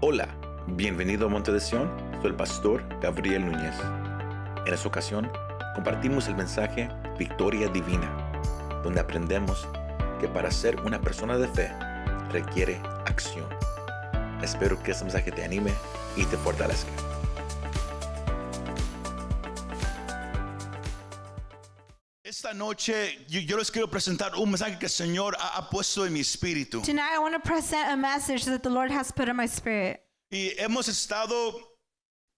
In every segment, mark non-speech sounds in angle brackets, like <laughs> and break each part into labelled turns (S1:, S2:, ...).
S1: Hola, bienvenido a Monte de Sion, soy el pastor Gabriel Núñez. En esta ocasión compartimos el mensaje Victoria Divina, donde aprendemos que para ser una persona de fe requiere acción. Espero que este mensaje te anime y te fortalezca.
S2: Esta noche yo, yo les quiero presentar un mensaje que el Señor ha, ha puesto en mi espíritu.
S3: Tonight, I want to present a message that the Lord has put in my spirit.
S2: Y hemos estado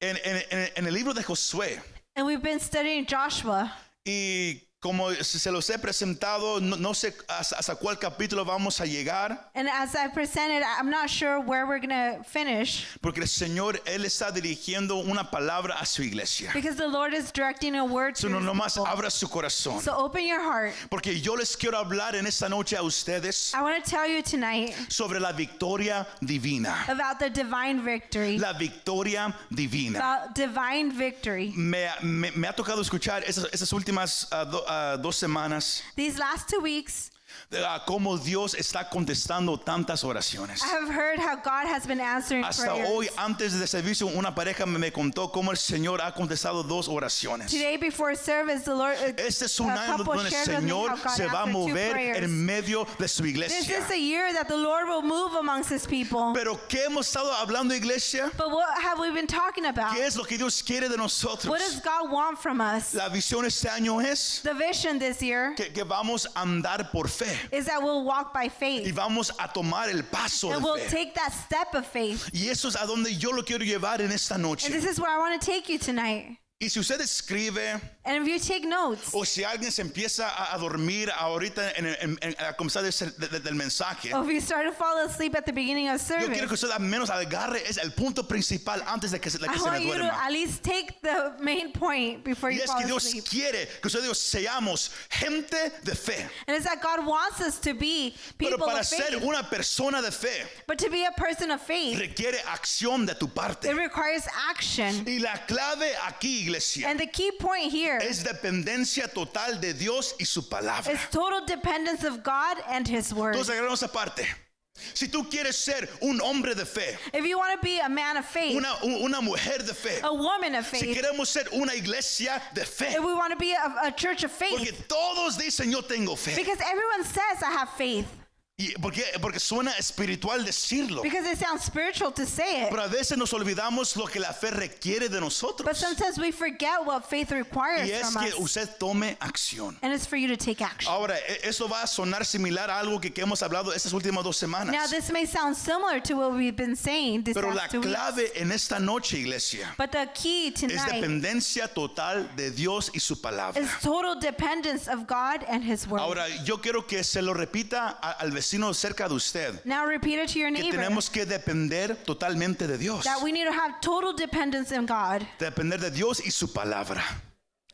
S2: en, en- en- en el libro de Josué.
S3: And we've been studying Joshua.
S2: Y como se se los he presentado, no, no sé hasta, hasta cuál capítulo vamos a llegar.
S3: And as I presented, I- I'm not sure where we're going to finish
S2: Porque el Señor, Él está dirigiendo una palabra a su iglesia.
S3: because the Lord is directing a word
S2: So,
S3: to
S2: no,
S3: his
S2: nomás
S3: people.
S2: abra su corazón.
S3: So open your heart.
S2: Porque yo les quiero hablar en esta noche a ustedes
S3: I want to tell you tonight
S2: sobre la victoria divina.
S3: about the divine victory.
S2: La victoria divina.
S3: About divine victory.
S2: Me, me- me ha tocado escuchar esas, esas últimas ah, do- ah, dos semanas
S3: These last two weeks,
S2: de ah, cómo Dios está contestando tantas oraciones.
S3: I have heard how God has been answering
S2: Hasta hoy,
S3: prayers.
S2: antes de servicio, una pareja me, me contó cómo el Señor ha contestado dos oraciones.
S3: Today before service, the Lord, uh,
S2: Este es un
S3: a
S2: año
S3: couple
S2: donde el
S3: shared with me how
S2: Señor
S3: God
S2: se va a
S3: answered two
S2: mover
S3: prayers.
S2: en medio de su
S3: this is
S2: iglesia.
S3: a year that the Lord will move amongst His people.
S2: Pero ¿qué hemos estado hablando, iglesia?
S3: But what have we been talking about?
S2: ¿Qué es lo que Dios quiere de nosotros?
S3: What does God want from us?
S2: La visión este año es
S3: The vision this year
S2: que, que vamos a andar por fe
S3: is that we'll walk by
S2: y
S3: faith
S2: vamos a tomar el paso
S3: and
S2: de
S3: we'll
S2: fe.
S3: take that step of faith.
S2: Y eso es a donde yo lo quiero llevar en esta
S3: And
S2: noche.
S3: this is where I want to take you tonight.
S2: Y si usted escribe
S3: And if you take notes,
S2: o si alguien se empieza a, a dormir ahorita en, en- en- a comenzar de ser- de- de- del mensaje,
S3: or if you start to fall asleep at the beginning of
S2: yo quiero que
S3: service,
S2: usted al menos agarre es el punto principal antes de que se, de que
S3: I
S2: se me
S3: want Oh, you to
S2: duerma.
S3: at least take the main point before
S2: Y
S3: you
S2: es
S3: fall
S2: que Dios
S3: asleep.
S2: quiere que usted Dios seamos gente de fe.
S3: And it's that God wants us to be
S2: Pero
S3: people
S2: para
S3: of
S2: ser
S3: faith.
S2: una persona de fe
S3: But to be a person of faith,
S2: requiere acción de tu
S3: it
S2: parte.
S3: requires action.
S2: Y la clave aquí, iglesia,
S3: And the key point here
S2: es dependencia total de Dios y su palabra.
S3: is total dependence of God and His Word.
S2: Entonces agarramos esa parte. Si tú quieres ser un hombre de fe,
S3: If you want to be a man of faith,
S2: una, u- una mujer de fe,
S3: a woman of
S2: si
S3: Oh, faith,
S2: queremos ser una iglesia de fe,
S3: if we want to be a, a church of
S2: porque
S3: faith,
S2: todos dicen yo tengo fe,
S3: because everyone says I have faith,
S2: y porque, porque suena espiritual decirlo,
S3: because it sounds spiritual to say it,
S2: pero a veces nos olvidamos lo que la fe requiere de
S3: but
S2: nosotros.
S3: sometimes we forget what faith requires
S2: Y es
S3: from
S2: que
S3: us,
S2: usted tome acción.
S3: and it's for you to take action.
S2: Ahora, e- eso va a sonar similar a algo que, que hemos hablado estas últimas dos
S3: Now,
S2: semanas.
S3: this may sound similar to what we've been saying this
S2: Pero la
S3: last two weeks,
S2: clave en esta noche, iglesia,
S3: but the key
S2: es
S3: tonight
S2: dependencia total de Dios y su palabra.
S3: is total dependence of God and His Word.
S2: Ahora, yo quiero que se lo repita a- al vecino cerca de usted,
S3: Now, repeat it to your
S2: que
S3: neighbor
S2: tenemos que depender totalmente de Dios.
S3: that we need to have total dependence in God,
S2: Depender de Dios y su palabra.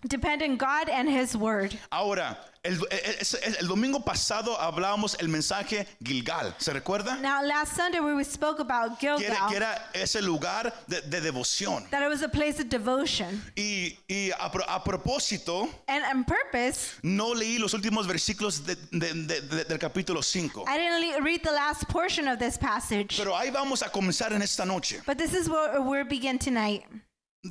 S3: depend in God and His Word.
S2: Ahora, el, el- el- el domingo pasado hablábamos el mensaje Gilgal, ¿se recuerda?
S3: Now, last Sunday we spoke about
S2: Que era,
S3: Gilgal,
S2: que era ese lugar de, de devoción.
S3: that it was a place of devotion.
S2: Y, y a, pro- a propósito,
S3: And on purpose,
S2: no leí los últimos versículos de- de- de- de- del capítulo 5.
S3: I didn't le- read the last portion of this passage.
S2: Pero ahí vamos a comenzar en esta noche.
S3: but this is where we begin tonight.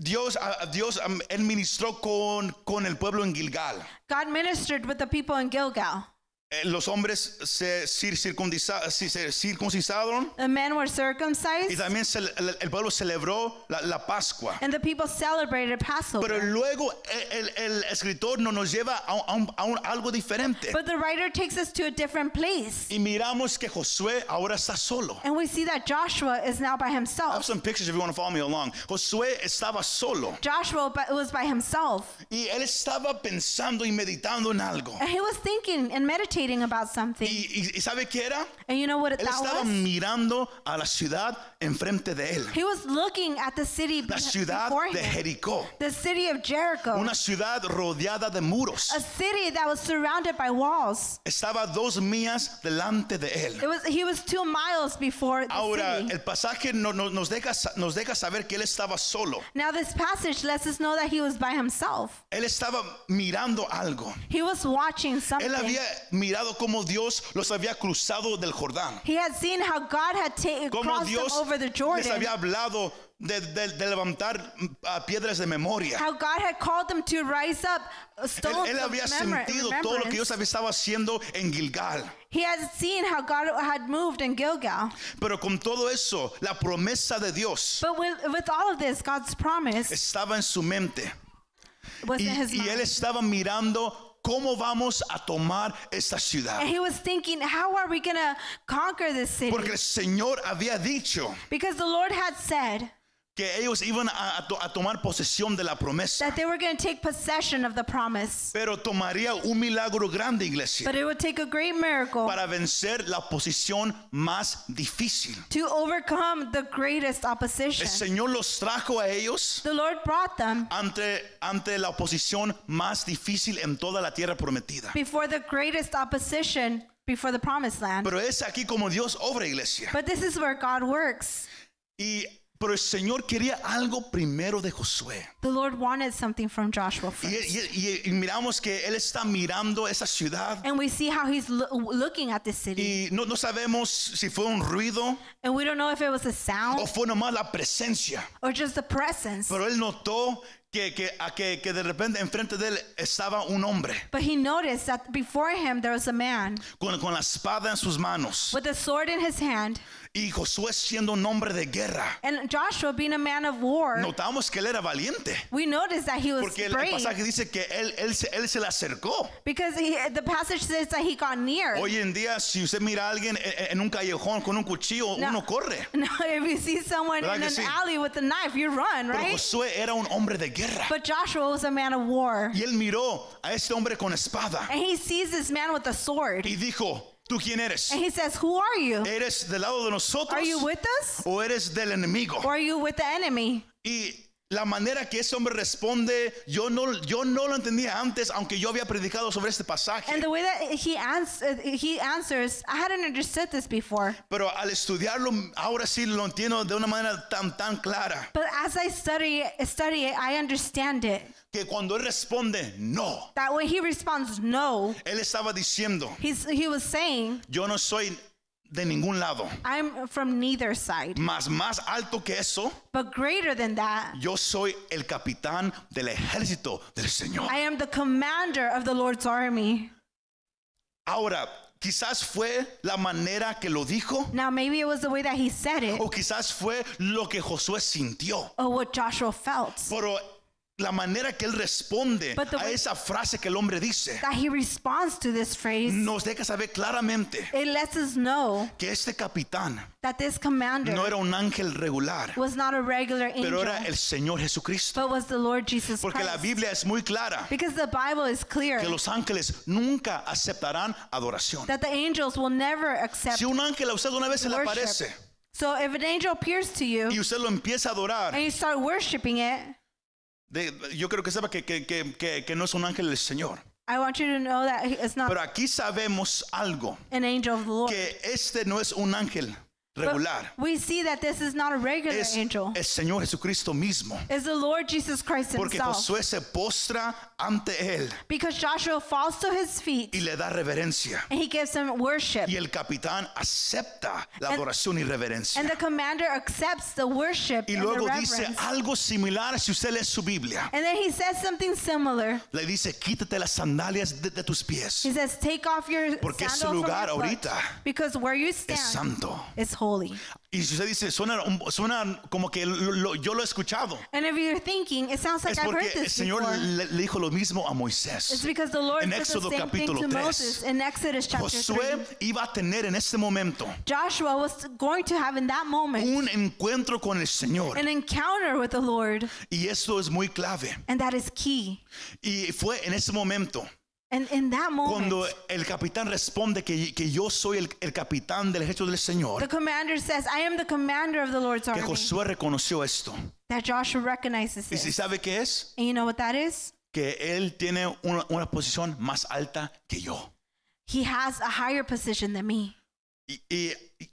S2: Dios, a- a Dios am, él ministró con, con el pueblo en Gilgal.
S3: God ministered with the people in Gilgal.
S2: Eh, Los hombres se, cir- circundiza- si- se circuncisaron
S3: The men were
S2: y
S3: circumcised,
S2: también se- el, el pueblo celebró la, la Pascua.
S3: and the people celebrated Passover.
S2: Pero luego el, el- el escritor no nos lleva a, un- a un- a un- algo diferente.
S3: but the writer takes us to a different place,
S2: Y miramos que Josué ahora está solo.
S3: and we see that Joshua is now by
S2: I have
S3: himself.
S2: some pictures if you want to follow me along. Josué estaba solo
S3: Joshua bu- was by himself,
S2: y él estaba pensando y meditando en algo.
S3: and he was thinking and meditating about something.
S2: ¿Y, y- y sabe qué era?
S3: and you know what
S2: Él
S3: that
S2: estaba
S3: was?
S2: mirando a la ciudad enfrente de él.
S3: He was looking at the city
S2: La
S3: beh-
S2: ciudad
S3: before
S2: de
S3: him.
S2: Jericó.
S3: the city of Jericho,
S2: Una ciudad rodeada de muros.
S3: a city that was surrounded by walls.
S2: Estaba dos millas delante de él.
S3: It was he was two miles before the
S2: Ahora,
S3: city.
S2: el pasaje no- no- nos, deja, sa- nos deja saber que él estaba solo.
S3: Now this passage lets us know that he was by himself.
S2: Él estaba mirando algo.
S3: He was watching something.
S2: Él había mi- mirado cómo Dios los había cruzado del Jordán.
S3: He had seen how God had ta-
S2: Cómo
S3: crossed
S2: Dios
S3: them over the
S2: les
S3: Jordan.
S2: había hablado de, de- de levantar mm, ah, piedras de memoria.
S3: How God had called them to rise up uh,
S2: Él,
S3: stones
S2: él
S3: of
S2: había
S3: memor-
S2: sentido todo lo que Dios
S3: remembrance.
S2: había estado haciendo en Gilgal.
S3: He had seen how God had moved in Gilgal.
S2: Pero con todo eso, la promesa de Dios
S3: But with, with all of this, God's promise
S2: estaba en su mente.
S3: was
S2: Y,
S3: in his
S2: y él
S3: mind.
S2: estaba mirando cómo vamos a tomar esta ciudad.
S3: And he was thinking, how are we going to conquer this city?
S2: Porque el Señor había dicho
S3: Because the Lord had said
S2: que ellos iban a, a to- a tomar posesión de la promesa.
S3: that they were going to take possession of the promise.
S2: Pero tomaría un milagro grande, iglesia,
S3: But it would take a great miracle
S2: para vencer la posición más difícil.
S3: to overcome the greatest
S2: El
S3: opposition.
S2: Señor los trajo a ellos
S3: The Lord brought them
S2: ante, ante la posición más difícil en toda la tierra prometida.
S3: before the greatest opposition before the promised land.
S2: Pero es aquí como Dios obra, iglesia.
S3: But this is where God works.
S2: Y, pero el Señor quería algo primero de Josué.
S3: The Lord wanted something from Joshua
S2: Y,
S3: first.
S2: y- y- y miramos que Él está mirando esa ciudad.
S3: And we see how he's loo- looking at the city.
S2: Y no, no sabemos si fue un ruido
S3: And we don't know if it was a
S2: o
S3: sound
S2: fue nomás la presencia.
S3: or just the presence.
S2: Oh. Pero Él notó que, que, a que, que de repente enfrente de Él estaba un hombre
S3: But he noticed that before him there was a man
S2: con, con la espada en sus manos.
S3: with a sword in his hand.
S2: Y Josué siendo un hombre de guerra.
S3: And Joshua, being a man of war,
S2: Notamos que Él era valiente.
S3: we noticed that he was
S2: Porque el, el
S3: brave
S2: pasaje dice que él, él, se, él se le acercó.
S3: because he, the passage says that he got near.
S2: Hoy en día, si usted mira a alguien en, en un callejón con un cuchillo,
S3: <laughs> No.
S2: uno corre.
S3: Now, if you see someone
S2: ¿Verdad
S3: in
S2: que
S3: an
S2: sí?
S3: alley with a knife, you run,
S2: Pero
S3: right?
S2: Josué era un hombre de guerra.
S3: But Joshua was a man of war.
S2: Y él miró a este hombre con espada
S3: And he sees this man with a sword.
S2: y dijo, ¿tú quién eres?
S3: And he says, Who are you?
S2: ¿Eres del lado de nosotros
S3: Are you with us?
S2: o eres del enemigo?
S3: Or are you with the enemy?
S2: Y la manera que ese hombre responde, yo no, yo no lo entendía antes, aunque yo había predicado sobre este
S3: And
S2: pasaje.
S3: the way that he, ans- uh, he answers, I hadn't understood this before.
S2: Pero al estudiarlo, ahora sí lo entiendo de una manera tan, tan clara,
S3: But as I study, study it, I understand it.
S2: que cuando él responde, no,
S3: That when he responds no,
S2: él estaba diciendo,
S3: he's, he was saying,
S2: yo no soy de ningún lado.
S3: I'm from neither side.
S2: Más, más alto que eso,
S3: But greater than that,
S2: yo soy el capitán del ejército del Señor.
S3: I am the commander of the Lord's army.
S2: Ahora, quizás fue la manera que lo dijo
S3: Now, maybe it was the way that he said it
S2: o quizás fue lo que Josué sintió.
S3: or what Joshua felt.
S2: Pero la manera que él responde
S3: But the
S2: a
S3: way-
S2: esa frase que el hombre dice
S3: That he responds to this phrase,
S2: nos deja saber claramente
S3: it lets us know
S2: que este capitán
S3: that this commander
S2: no era un ángel regular,
S3: was not a regular
S2: pero
S3: angel,
S2: era el Señor Jesucristo.
S3: but was the Lord Jesus
S2: Porque la
S3: Christ.
S2: Biblia es muy clara
S3: Because the Bible is clear
S2: que los ángeles nunca aceptarán adoración.
S3: that the angels will never accept
S2: Si un ángel a usted una vez se le
S3: Worship.
S2: aparece
S3: So if an angel appears to you
S2: y usted lo empieza a adorar,
S3: and you start worshiping it,
S2: de- yo creo que sepa que- que- que- que- que no es un ángel del Señor.
S3: I want you to know that he- it's not
S2: Pero aquí sabemos algo,
S3: an angel of the Lord.
S2: que este no es un ángel
S3: But
S2: regular,
S3: we see that this is not a regular
S2: es
S3: angel.
S2: el Señor Jesucristo mismo,
S3: It's the Lord Jesus Christ
S2: porque
S3: himself.
S2: Josué se postra ante él
S3: Because Joshua falls to his feet
S2: y le da reverencia.
S3: and he gives him worship.
S2: Y el capitán acepta la
S3: And-
S2: adoración y reverencia.
S3: And the commander accepts the worship
S2: Y
S3: and the
S2: luego dice "Ah,
S3: reverence.
S2: algo similar si usted lee su Biblia.
S3: And then he says something similar.
S2: Le dice, quítate las sandalias de, de tus pies.
S3: He says, "Take off your
S2: Porque ese
S3: sandal
S2: lugar
S3: from your foot,
S2: ahorita
S3: because where you
S2: Es
S3: stand
S2: santo.
S3: is holy."
S2: Y si usted dice, suena, un- suena como que lo- lo- yo lo he escuchado.
S3: And if you're thinking, it sounds like
S2: Es
S3: I've
S2: porque
S3: heard
S2: el
S3: this
S2: Señor
S3: before.
S2: le, le dijo lo mismo a Moisés.
S3: It's because the Lord
S2: En
S3: did the
S2: Éxodo
S3: same thing
S2: capítulo
S3: to
S2: 3.
S3: Moses in Exodus chapter
S2: Josué
S3: 3.
S2: iba a tener en este momento
S3: Joshua was going to have in that moment
S2: un encuentro con el Señor
S3: an encounter with the Lord,
S2: y esto es muy clave.
S3: and that is key.
S2: Y fue en ese momento
S3: And in that moment,
S2: cuando el capitán responde que, que yo soy el, el capitán del ejército del
S3: the
S2: Señor,
S3: commander says, "I am the commander of the Lord's
S2: que
S3: army."
S2: Josué reconoció esto.
S3: That Joshua recognizes
S2: ¿Y
S3: it.
S2: si sabe qué es?
S3: And you know what that is?
S2: Que él tiene una, una posición más alta que yo.
S3: He has a higher position than me.
S2: Y, y- y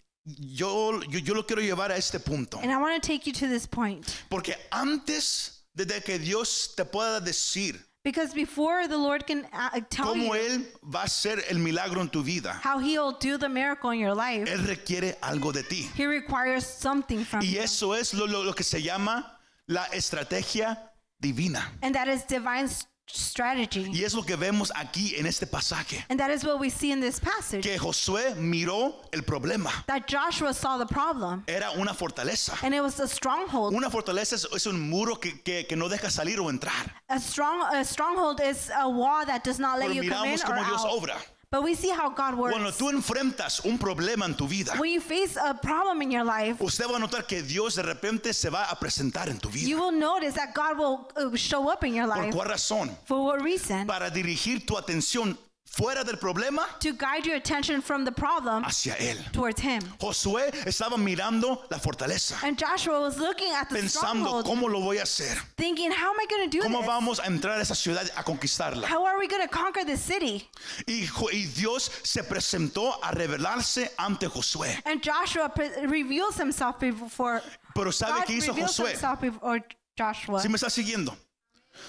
S2: yo, yo, yo lo quiero llevar a este punto.
S3: And I want to take you to this point
S2: Porque antes de de que Dios te pueda decir
S3: Because before the Lord can uh, tell
S2: cómo
S3: you
S2: Él va a hacer el milagro en tu vida.
S3: how He'll do the miracle in your life,
S2: Él requiere algo de ti.
S3: He requires something from
S2: Eh, Y
S3: you.
S2: eso es lo, lo- lo que se llama la estrategia divina.
S3: And that is divine s- strategy.
S2: Y es lo que vemos aquí en este pasaje.
S3: And that is what we see in this passage
S2: Que Josué miró el problema.
S3: that Joshua saw the problem,
S2: Era una fortaleza.
S3: and it was a stronghold.
S2: Una fortaleza es, es un muro que, que- que no deja salir o entrar.
S3: A strong a stronghold is a wall that does not let
S2: Pero
S3: you come in
S2: miramos
S3: or
S2: cómo Dios
S3: out.
S2: obra.
S3: But we see how God
S2: Cuando
S3: works.
S2: tú enfrentas un problema en tu vida,
S3: When you face a problem in your life,
S2: usted va a notar que Dios de repente se va a presentar en tu
S3: you
S2: vida.
S3: will notice that God will uh, show up in your
S2: ¿Por
S3: life.
S2: cuál razón?
S3: For what reason?
S2: Para dirigir tu atención fuera del problema
S3: To guide your attention from the problem
S2: hacia Él.
S3: towards Him.
S2: Josué estaba mirando la fortaleza.
S3: And Joshua was looking at the
S2: pensando
S3: stronghold,
S2: cómo lo voy a hacer,
S3: thinking, How am I going to do
S2: cómo
S3: this?
S2: vamos a entrar a esa ciudad a conquistarla.
S3: How are we going to conquer this city?
S2: Y, Jo- y Dios se presentó a revelarse ante Josué.
S3: And Joshua pre- reveals himself before.
S2: Pero ¿sabe
S3: God
S2: qué hizo
S3: reveals
S2: Josué?
S3: himself before Joshua.
S2: ¿Sí me está siguiendo?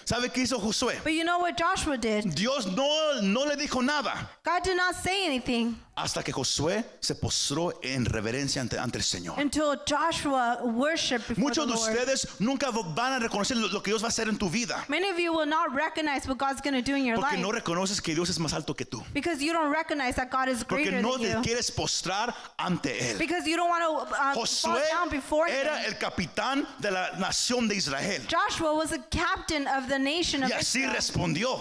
S2: ¿Sabe qué hizo Josué?
S3: But you know what Joshua did?
S2: Dios no, no le dijo nada
S3: God did not say anything
S2: hasta que Josué se postró en reverencia ante, ante el Señor.
S3: until Joshua worshipped before
S2: Muchos
S3: the
S2: de
S3: Lord.
S2: ustedes nunca vo- van a reconocer lo, lo que Dios va a hacer en tu vida
S3: Many of you will not recognize what God's going to do in your
S2: porque
S3: life
S2: no reconoces que Dios es más alto que tú.
S3: because you don't recognize that God is
S2: Porque
S3: greater
S2: no
S3: than
S2: te
S3: you.
S2: quieres postrar ante Él.
S3: Because you don't want to uh, fall
S2: Josué
S3: down before
S2: era
S3: him.
S2: el capitán de la nación de Israel.
S3: Joshua was a captain of the nation of
S2: Y así
S3: Israel.
S2: respondió.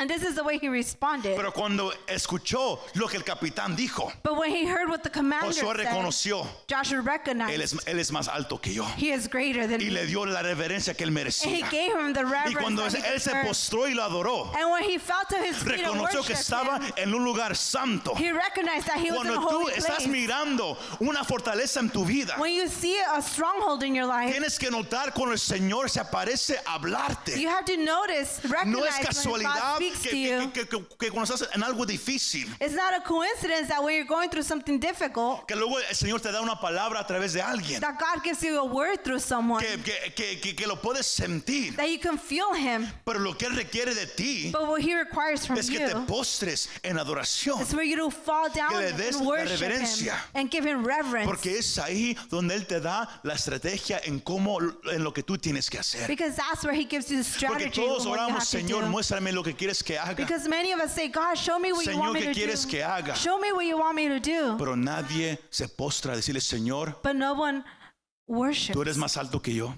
S3: And this is the way he responded.
S2: Pero cuando escuchó lo que el capitán dijo,
S3: but when he heard what the commander
S2: Josué
S3: said,
S2: reconoció,
S3: Joshua recognized
S2: él es, él es más alto que yo.
S3: he is greater than
S2: Y
S3: me.
S2: le dio la reverencia que él
S3: And he
S2: merecía.
S3: gave him the
S2: Y cuando
S3: reverence that he
S2: él se
S3: deserved.
S2: postró y lo adoró,
S3: And when he fell to his feet and
S2: reconoció que
S3: worshiped
S2: estaba
S3: him,
S2: en un lugar santo.
S3: he recognized that he was in a
S2: Cuando tú
S3: holy
S2: estás
S3: place.
S2: mirando una fortaleza en tu vida,
S3: When you see a stronghold in your life,
S2: tienes que notar cuando el Señor se aparece a hablarte.
S3: you have to notice, recognize
S2: No es
S3: when God
S2: casualidad que,
S3: speaks to you.
S2: que, que- que- que cuando estás en algo difícil,
S3: It's not a coincidence that when you're going through something difficult,
S2: que luego el Señor te da una palabra a través de alguien,
S3: that God gives you a word through someone,
S2: que, que- que- que- que lo puedes sentir,
S3: that you can feel Him.
S2: pero lo que Él requiere de ti
S3: But what He requires from
S2: es que te
S3: you
S2: postres en adoración,
S3: is for you to fall down
S2: le des
S3: and
S2: la
S3: worship Him
S2: reverencia.
S3: and give Him reverence.
S2: porque es ahí donde Él te da la estrategia en cómo, en lo que tú tienes que hacer.
S3: because that's where He gives you the
S2: Porque
S3: strategy
S2: todos
S3: of what you
S2: oramos,
S3: have to
S2: Señor,
S3: do.
S2: muéstrame lo que quieres que haga,
S3: Because many of us say, God, show me what you want
S2: Señor,
S3: me
S2: ¿qué
S3: to
S2: quieres
S3: do.
S2: que haga?
S3: Show me what you want me to do.
S2: pero nadie se postra a decirle, Señor,
S3: But no one worships
S2: tú eres más alto que yo,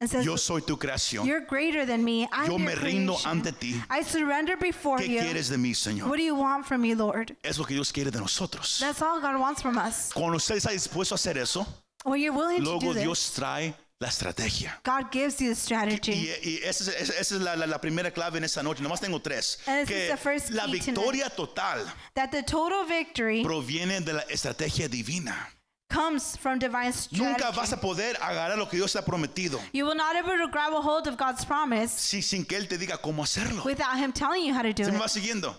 S3: and says,
S2: yo soy tu creación,
S3: You're greater than me. I'm
S2: yo
S3: your
S2: me rindo
S3: creation.
S2: ante ti.
S3: I surrender before
S2: ¿Qué
S3: you.
S2: quieres de mí, Señor?
S3: What do you want from me, Lord?
S2: Es lo que Dios quiere de nosotros.
S3: That's all God wants from us.
S2: Cuando usted está dispuesto a hacer eso,
S3: When you're willing to do
S2: luego
S3: this,
S2: Dios trae la estrategia.
S3: God gives you the strategy.
S2: Y, y esa es, esa es la, la- la primera clave en esta noche. Nomás tengo tres.
S3: And this
S2: Que
S3: is the first
S2: la
S3: key tonight.
S2: victoria total
S3: That the total victory
S2: proviene de la estrategia divina.
S3: comes from divine strategy.
S2: Nunca vas a poder agarrar lo que Dios te ha prometido
S3: You will not able to grab a hold of God's promise
S2: si- sin que Él te diga cómo hacerlo.
S3: without Him telling you how to do
S2: ¿Se me
S3: it.
S2: va siguiendo?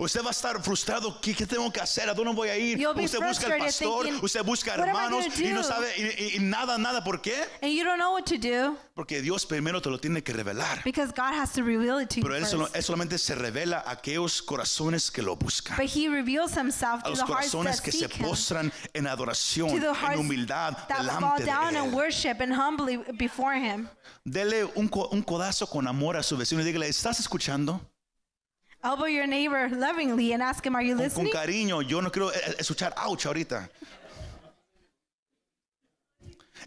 S2: Usted va a estar frustrado. ¿Qué, qué tengo que hacer? ¿A dónde voy a ir?
S3: You'll be
S2: Usted busca al
S3: frustrated
S2: pastor,
S3: thinking,
S2: usted busca
S3: "What am I
S2: hermanos
S3: gonna
S2: y no
S3: do?"
S2: sabe y- y- y nada, nada. ¿Por qué?
S3: And you don't know what to do
S2: Porque Dios primero te lo tiene que revelar.
S3: because God has to reveal it to you
S2: Pero él,
S3: first.
S2: solo- él solamente se revela a aquellos corazones que lo buscan.
S3: But he reveals himself
S2: A
S3: to
S2: los
S3: the hearts
S2: corazones
S3: that
S2: que se
S3: seek him,
S2: postran en adoración,
S3: to the
S2: en
S3: hearts
S2: humildad,
S3: that fall
S2: delante de
S3: down and
S2: él.
S3: worship and humbly before him.
S2: Dele un, co- un codazo con amor a su vecino y dígale, ¿estás escuchando?
S3: Elbow your neighbor lovingly and ask him, Are you
S2: Con, con
S3: listening?
S2: cariño, yo no quiero eh, eh, escuchar ouch ahorita.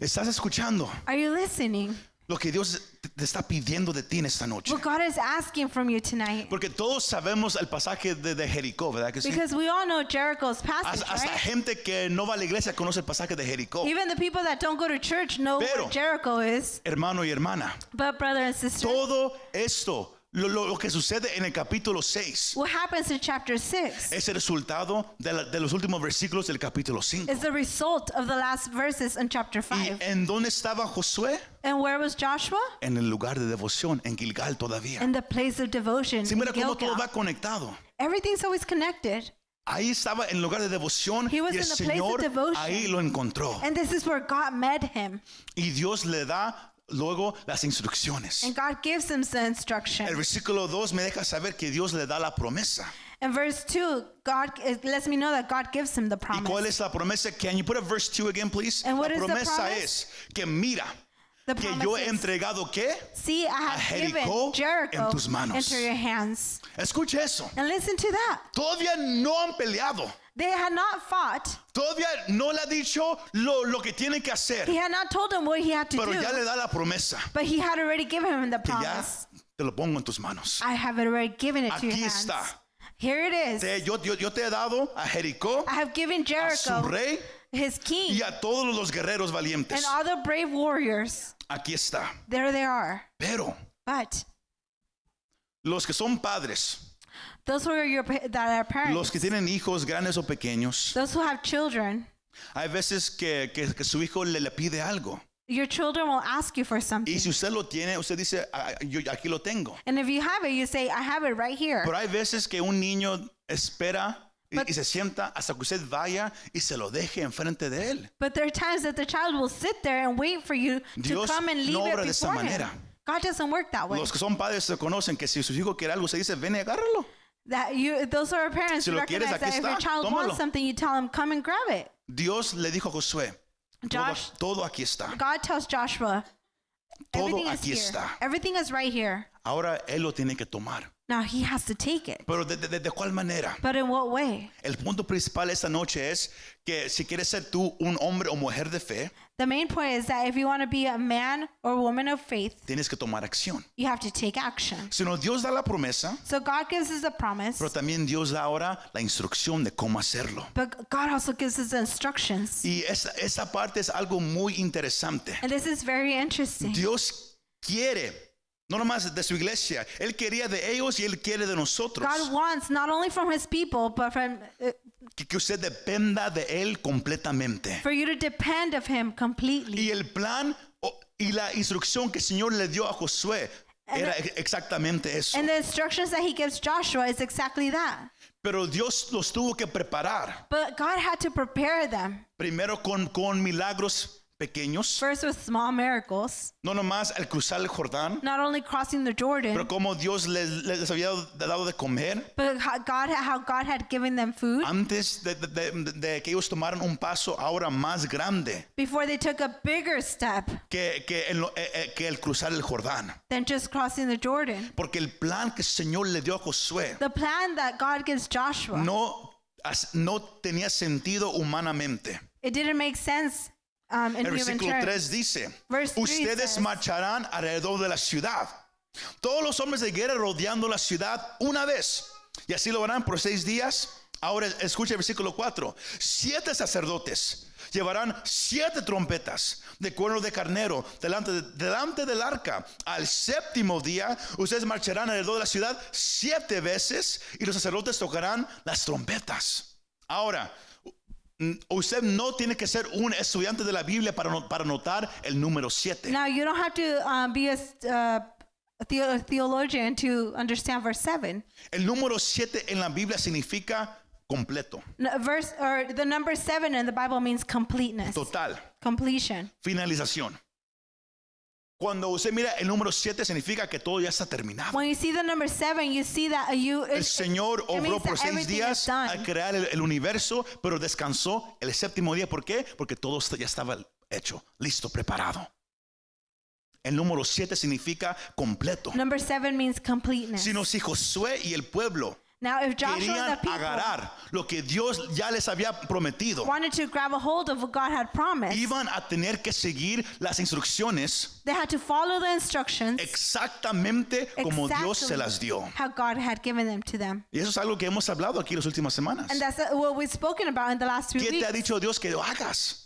S2: ¿Estás escuchando
S3: Are you listening?
S2: lo que Dios te- te está pidiendo de ti en esta noche?
S3: What God is asking from you tonight.
S2: Porque todos sabemos el pasaje de, de Jericó, ¿verdad que sí?
S3: Because we all know Jericho's
S2: Hasta,
S3: passage,
S2: hasta
S3: right?
S2: gente que no va a la iglesia conoce el pasaje de Jericó.
S3: Even the people that don't go to church know
S2: Pero-
S3: where Jericho is.
S2: Hermano y hermana,
S3: But, brother and sister,
S2: Todo esto, lo, lo- lo que sucede en el capítulo 6,
S3: what happens in chapter 6
S2: es el resultado de, la- de los últimos versículos del capítulo 5.
S3: is the result of the last verses in chapter
S2: ¿Y
S3: 5.
S2: en dónde estaba Josué?
S3: And where was Joshua?
S2: En el lugar de devoción, en Gilgal todavía.
S3: In the place of devotion.
S2: Si mira cómo todo va
S3: Gilgal.
S2: conectado.
S3: Everything's always connected.
S2: Ahí estaba en lugar de devoción y
S3: He was
S2: el
S3: in the place of
S2: Señor
S3: devotion.
S2: ahí lo encontró.
S3: And this is where God met him.
S2: Y Dios le da luego las instrucciones.
S3: And God gives them the
S2: El
S3: instruction.
S2: versículo 2 me deja saber que Dios le da la promesa.
S3: In verse 2, God it lets me know that God gives him the
S2: ¿Y cuál
S3: promise.
S2: es la promesa? Can you put up verse 2 again, please?
S3: And what
S2: la
S3: is the
S2: promesa
S3: promise?
S2: es que mira,
S3: The
S2: que yo he
S3: promise is,
S2: entregado qué?
S3: See, I
S2: a
S3: have
S2: Jericó en
S3: given Jericho
S2: tus manos."
S3: into your hands.
S2: Escucha eso.
S3: And listen to that.
S2: Todavía no han peleado.
S3: They had not fought.
S2: Todavía no le ha dicho lo, lo que tiene que hacer.
S3: He had not told him what he had to
S2: Pero ya le
S3: do.
S2: da la promesa.
S3: But he had already given him the
S2: Que ya
S3: promise.
S2: te lo pongo en tus manos.
S3: I have already given it to your
S2: Aquí
S3: hands.
S2: está.
S3: Here it is.
S2: Te- yo, yo- yo te he dado a Jericó,
S3: I have given
S2: a su
S3: Jericho
S2: rey
S3: his king
S2: y a todos los guerreros
S3: and
S2: valientes.
S3: all the brave warriors.
S2: Aquí está.
S3: There they are.
S2: Pero
S3: But
S2: los que son padres,
S3: those who are your pa- that are
S2: los
S3: parents,
S2: que tienen hijos grandes o pequeños,
S3: those who have children,
S2: hay veces que, que- que su hijo le, le pide algo.
S3: your children will ask you for something.
S2: Y si usted lo tiene, usted dice, "Ah, yo aquí lo tengo.
S3: And if you have it, you say, I have it right here.
S2: Pero hay veces que un niño espera y,
S3: But-
S2: y se sienta hasta que usted vaya y se lo deje enfrente de él.
S3: But there are times that the child will sit there and wait for you
S2: Dios
S3: to come and leave
S2: no
S3: it
S2: obra de esa
S3: before him.
S2: manera.
S3: God doesn't work that way.
S2: Los que son padres se conocen que si su hijo quiere algo, se dice, ven y agárralo.
S3: that you, those who are parents
S2: Si lo quieres,
S3: recognize that
S2: aquí
S3: if your
S2: está,
S3: child
S2: tómalo.
S3: wants something, you tell him, come and grab it.
S2: Dios le dijo a Josué, todo,
S3: Josh-
S2: todo aquí está.
S3: God tells Joshua,
S2: Todo
S3: everything is
S2: aquí
S3: here.
S2: está.
S3: Everything is right here.
S2: Ahora él lo tiene que tomar.
S3: Now he has to take it.
S2: Pero ¿de, de- de- de cuál manera?
S3: But in what way?
S2: El punto principal esta noche es que si quieres ser tú un hombre o mujer de fe,
S3: The main point is that if you want to be a man or woman of faith,
S2: tienes que tomar acción.
S3: you have to take action.
S2: Sino Dios da la promesa,
S3: So God gives us a promise,
S2: pero también Dios da ahora la instrucción de cómo hacerlo.
S3: but God also gives us instructions.
S2: Y esa, esa parte es algo muy interesante.
S3: And this is very interesting.
S2: Dios quiere, no nomás de su iglesia, Él quería de ellos y Él quiere de nosotros.
S3: God wants not only from his people, but from uh,
S2: Que, que usted dependa de Él completamente.
S3: for you to depend of him completely.
S2: Y el plan o- y la instrucción que el Señor le dio a Josué era ex- exactamente eso.
S3: And the instructions that he gives Joshua is exactly that.
S2: Pero Dios los tuvo que preparar.
S3: But God had to prepare them
S2: Primero con, con milagros pequeños,
S3: first with small miracles,
S2: no nomás al cruzar el Jordán,
S3: not only crossing the Jordan,
S2: pero como Dios les, les había dado de comer
S3: but how God how God had given them food
S2: antes de, de- de- de que ellos tomaran un paso ahora más grande
S3: before they took a bigger step
S2: que, que, en lo- eh, eh, que el cruzar el Jordán.
S3: than just crossing the Jordan.
S2: Porque el plan que el Señor le dio a Josué
S3: The plan that God gives Joshua,
S2: no, as- no tenía sentido humanamente.
S3: it didn't make sense um, in
S2: El
S3: human
S2: versículo 3
S3: terms.
S2: dice,
S3: Verse three
S2: ustedes
S3: says-
S2: marcharán alrededor de la ciudad. Todos los hombres de guerra rodeando la ciudad una vez. Y así lo harán por seis días. Ahora escucha el versículo 4. Siete sacerdotes llevarán siete trompetas de cuerno de carnero delante, delante del arca. Al séptimo día ustedes marcharán alrededor de la ciudad siete veces y los sacerdotes tocarán las trompetas. Ahora, Mm, Usted no tiene que ser un estudiante de la Biblia para, no- para notar el número 7.
S3: Now you don't have to um, be a, s- uh, a theo- a theologian to understand verse seven.
S2: El número 7 en la Biblia significa completo,
S3: No, verse or the number seven in the Bible means completeness,
S2: total,
S3: completion.
S2: finalización. Cuando usted mira el número 7 significa que todo ya está terminado.
S3: When you see the number seven, you see that you
S2: El
S3: it-
S2: Señor obró
S3: means
S2: por
S3: that
S2: seis
S3: everything is
S2: días
S3: done.
S2: al crear el, el universo, pero descansó el séptimo día. ¿Por qué? Porque todo está- ya estaba hecho, listo, preparado. El número 7 significa completo.
S3: number seven means completeness.
S2: Sino si Josué y el pueblo
S3: now, if Joshua and the
S2: querían
S3: people
S2: agarrar lo que Dios ya les había prometido.
S3: wanted to grab a hold of what God had promised,
S2: Iban a tener que seguir las instrucciones
S3: they had to follow the instructions
S2: exactamente como Dios se
S3: exactly
S2: las dio.
S3: how God had given them to them.
S2: Y eso es algo que hemos hablado aquí las últimas semanas.
S3: And that's uh, what we've spoken about in the last few
S2: ¿Qué te
S3: weeks.
S2: ha dicho Dios que hagas?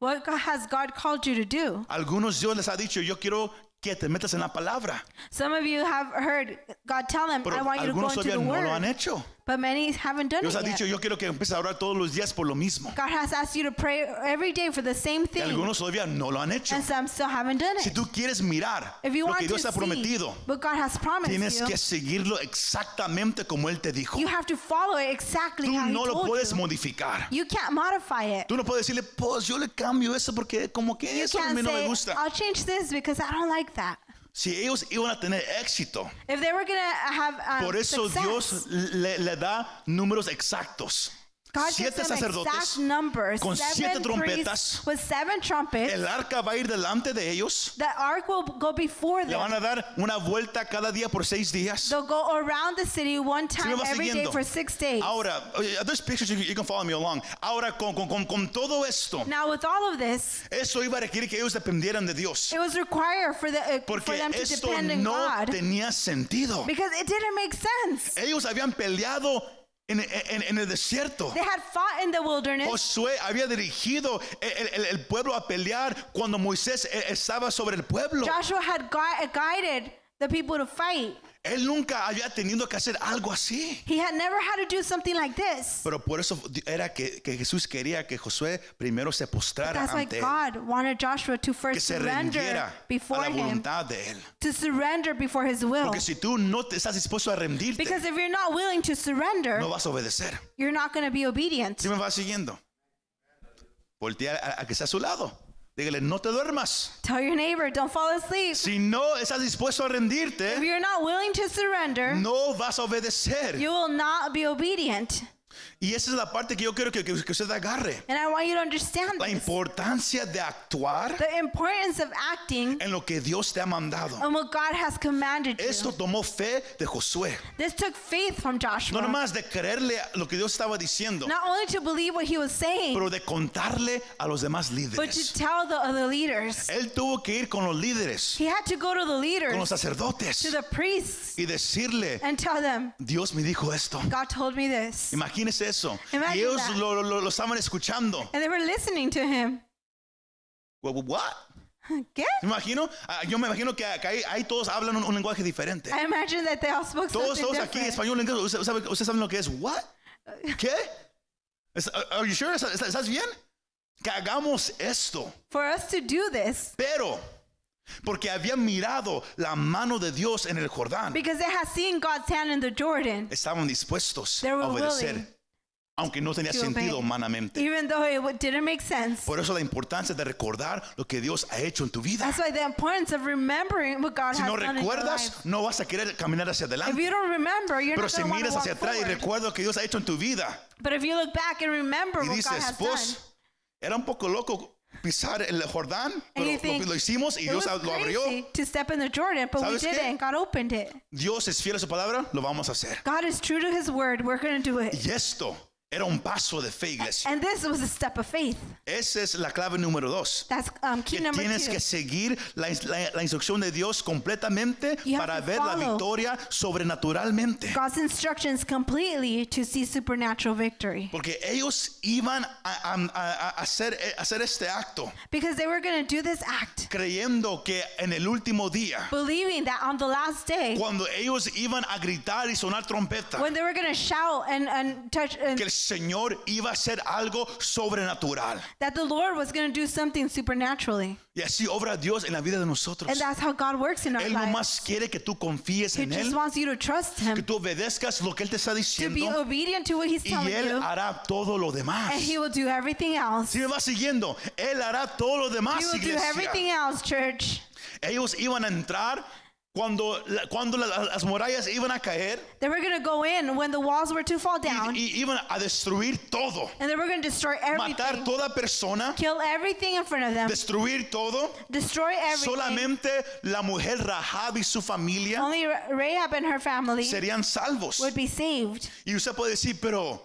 S3: What God, has God called you to do?
S2: Algunos Dios les ha dicho, yo quiero que te metas en la palabra,
S3: Some of you have heard God tell them,
S2: pero
S3: I want you to go
S2: algunos
S3: into
S2: todavía
S3: the
S2: no
S3: Word.
S2: lo han hecho.
S3: But But many haven't done
S2: Dios ha
S3: it
S2: dicho,
S3: yet.
S2: yo quiero que empieces a orar todos los días por lo mismo.
S3: God has asked you to pray every day for the same
S2: Y
S3: thing,
S2: algunos todavía no lo han hecho.
S3: and some still haven't done
S2: Si
S3: it.
S2: tú quieres mirar
S3: If
S2: lo
S3: you
S2: que
S3: want to
S2: Dios
S3: see
S2: ha prometido,
S3: what God has promised
S2: tienes
S3: you,
S2: que seguirlo exactamente como Él te dijo.
S3: you have to follow it exactly
S2: Tú
S3: how He
S2: no lo
S3: told
S2: puedes
S3: you.
S2: modificar.
S3: You can't modify it.
S2: Tú no puedes decirle, pues yo le cambio eso porque como que
S3: You
S2: eso a mí
S3: can't
S2: no me
S3: say, "Ah,
S2: gusta.
S3: I'll change this because I don't like that.
S2: Si ellos iban a tener éxito,
S3: If they were going to have um,
S2: por eso
S3: success,
S2: Dios le, le da números exactos.
S3: God gives
S2: Siete
S3: them
S2: sacerdotes,
S3: exact numbers,
S2: con siete
S3: seven priests
S2: trompetas.
S3: with seven trumpets.
S2: el arca va a ir delante de ellos,
S3: The ark will go before
S2: le van
S3: them.
S2: a dar una vuelta cada día por seis días.
S3: They'll go around the city one
S2: Si me
S3: time
S2: vas
S3: every day
S2: siguiendo.
S3: for six days.
S2: Ahora, oye, there's pictures you, you can follow me along. Ahora, con, con- con- con todo esto,
S3: Now, with all of this,
S2: eso iba a requerir que ellos dependieran de Dios.
S3: it was required for, the, uh, for
S2: Porque
S3: them to
S2: esto
S3: depend on
S2: no
S3: God
S2: tenía sentido.
S3: because it didn't make sense.
S2: Ellos habían peleado en, en- en el desierto.
S3: They had fought in the wilderness.
S2: Josué había dirigido el, el- el pueblo a pelear cuando Moisés eh, estaba sobre el pueblo.
S3: Joshua had gui- uh, guided the people to fight.
S2: Él nunca había tenido que hacer algo así.
S3: He had never had to do something like this.
S2: Pero por eso era que, que Jesús quería que Josué primero se postrara
S3: That's why
S2: ante él,
S3: God wanted Joshua to
S2: que
S3: first
S2: se
S3: surrender
S2: rendiera a
S3: before
S2: la
S3: him,
S2: voluntad de él.
S3: to surrender before his will.
S2: Porque si tú no te estás dispuesto a rendirte,
S3: Because if you're not willing to surrender,
S2: no vas a obedecer.
S3: you're not going to be obedient.
S2: Si me vas siguiendo, voltea a, a que está a su lado. Dígale, no te duermas.
S3: Tell your neighbor, don't fall asleep.
S2: Si no estás dispuesto a rendirte,
S3: If you're not willing to surrender,
S2: no vas a obedecer.
S3: you will not be obedient.
S2: Y esa es la parte que yo quiero que, que- que usted agarre.
S3: And I want you to understand
S2: La
S3: this.
S2: importancia de actuar
S3: the importance of acting
S2: en lo que Dios te ha mandado.
S3: and what God has commanded you.
S2: Esto tomó fe de Josué.
S3: This took faith from
S2: No
S3: Joshua.
S2: nomás de creerle a lo que Dios estaba diciendo,
S3: Not only to believe what he was saying,
S2: pero de contarle a los demás
S3: but to
S2: líderes.
S3: tell the other leaders.
S2: Él tuvo que ir con los líderes,
S3: He had to go to the
S2: con los
S3: leaders, to
S2: sacerdotes,
S3: the priests,
S2: y decirle,
S3: and tell them,
S2: Dios me dijo esto.
S3: God told me this.
S2: Imagínese eso.
S3: Imagine
S2: Y ellos
S3: that.
S2: lo, lo- lo estaban escuchando.
S3: And they were listening to him. <laughs>
S2: Wha- wha- what?
S3: ¿Qué?
S2: Me imagino, ah, yo me imagino que acá ahí, ahí todos hablan un, un lenguaje diferente.
S3: I imagine that they all spoke
S2: Todos,
S3: something
S2: todos aquí,
S3: different.
S2: español, inglés, usted- usted sabe- ustedes saben lo que es what? ¿Qué? Es- ah, are you sure? ¿Estás, estás bien? Que hagamos esto.
S3: For us to do this,
S2: Pero, porque habían mirado la mano de Dios en el Jordán,
S3: because they had seen God's hand in the Jordan,
S2: estaban dispuestos
S3: They
S2: a
S3: were
S2: obedecer,
S3: willing
S2: aunque no tenía
S3: to obey.
S2: sentido humanamente.
S3: even though it w- didn't make sense.
S2: Por eso la importancia de recordar lo que Dios ha hecho en tu vida.
S3: That's why the importance of remembering what God
S2: Si
S3: has
S2: no
S3: done in your life.
S2: recuerdas, no vas a querer caminar hacia
S3: If
S2: adelante.
S3: you don't remember, you're
S2: Pero
S3: not
S2: si
S3: going to want to
S2: miras
S3: walk
S2: hacia atrás y
S3: forward.
S2: recuerdas lo que Dios ha hecho en tu vida
S3: But if you look back and remember
S2: y
S3: what God
S2: dices,
S3: has done,
S2: pues, era un poco loco pisar el Jordán,
S3: and
S2: pero
S3: you
S2: lo-
S3: think,
S2: lo, hicimos y
S3: "It
S2: Dios
S3: was
S2: lo abrió.
S3: crazy to step in the Jordan, but we
S2: ¿Sabes
S3: did
S2: qué?
S3: it and God opened it.
S2: Dios es fiel a su palabra, lo vamos a hacer.
S3: God is true to his word. We're going to do it.
S2: Y esto era un paso de fe, iglesia.
S3: And this was a step of faith.
S2: Esa es la clave número dos.
S3: That's um,
S2: Que
S3: key number
S2: tienes
S3: two.
S2: que seguir la, ins- la- la instrucción de Dios completamente
S3: You have
S2: para
S3: to
S2: ver la
S3: follow.
S2: victoria sobrenaturalmente.
S3: God's instructions completely to see supernatural victory.
S2: Porque ellos iban a, a- a- a hacer, a hacer este acto
S3: Because they were going to do this act,
S2: creyendo que en el último día,
S3: believing that on the last day,
S2: cuando ellos iban a gritar y sonar trompeta,
S3: when they were going to shout and, and touch, and
S2: que el Señor iba a hacer algo sobrenatural.
S3: that the Lord was going to do something supernaturally.
S2: Y así obra Dios en la vida de nosotros.
S3: And that's how God works in our
S2: Él
S3: lives.
S2: nomás quiere que tú confíes
S3: He
S2: en
S3: just
S2: Él,
S3: wants you to trust
S2: que
S3: Him,
S2: tú obedezcas lo que Él te está
S3: to be
S2: diciendo
S3: obedient to what He's
S2: y
S3: telling
S2: Él
S3: you,
S2: hará todo lo demás.
S3: and He will do everything else.
S2: Si me vas siguiendo, Él hará todo lo demás,
S3: He will do everything
S2: iglesia.
S3: else, church.
S2: Ellos iban a entrar cuando, la- cuando la- la- las murallas iban a caer
S3: They were going to go in when the walls were to fall down,
S2: y iban a destruir todo,
S3: and they were going to destroy
S2: matar
S3: everything,
S2: toda persona,
S3: kill everything in front of them,
S2: destruir todo.
S3: destroy everything.
S2: Solamente la mujer Rahab y su familia
S3: Only Ra- Rahab and her family
S2: serían salvos.
S3: would be saved.
S2: Y usted puede decir, pero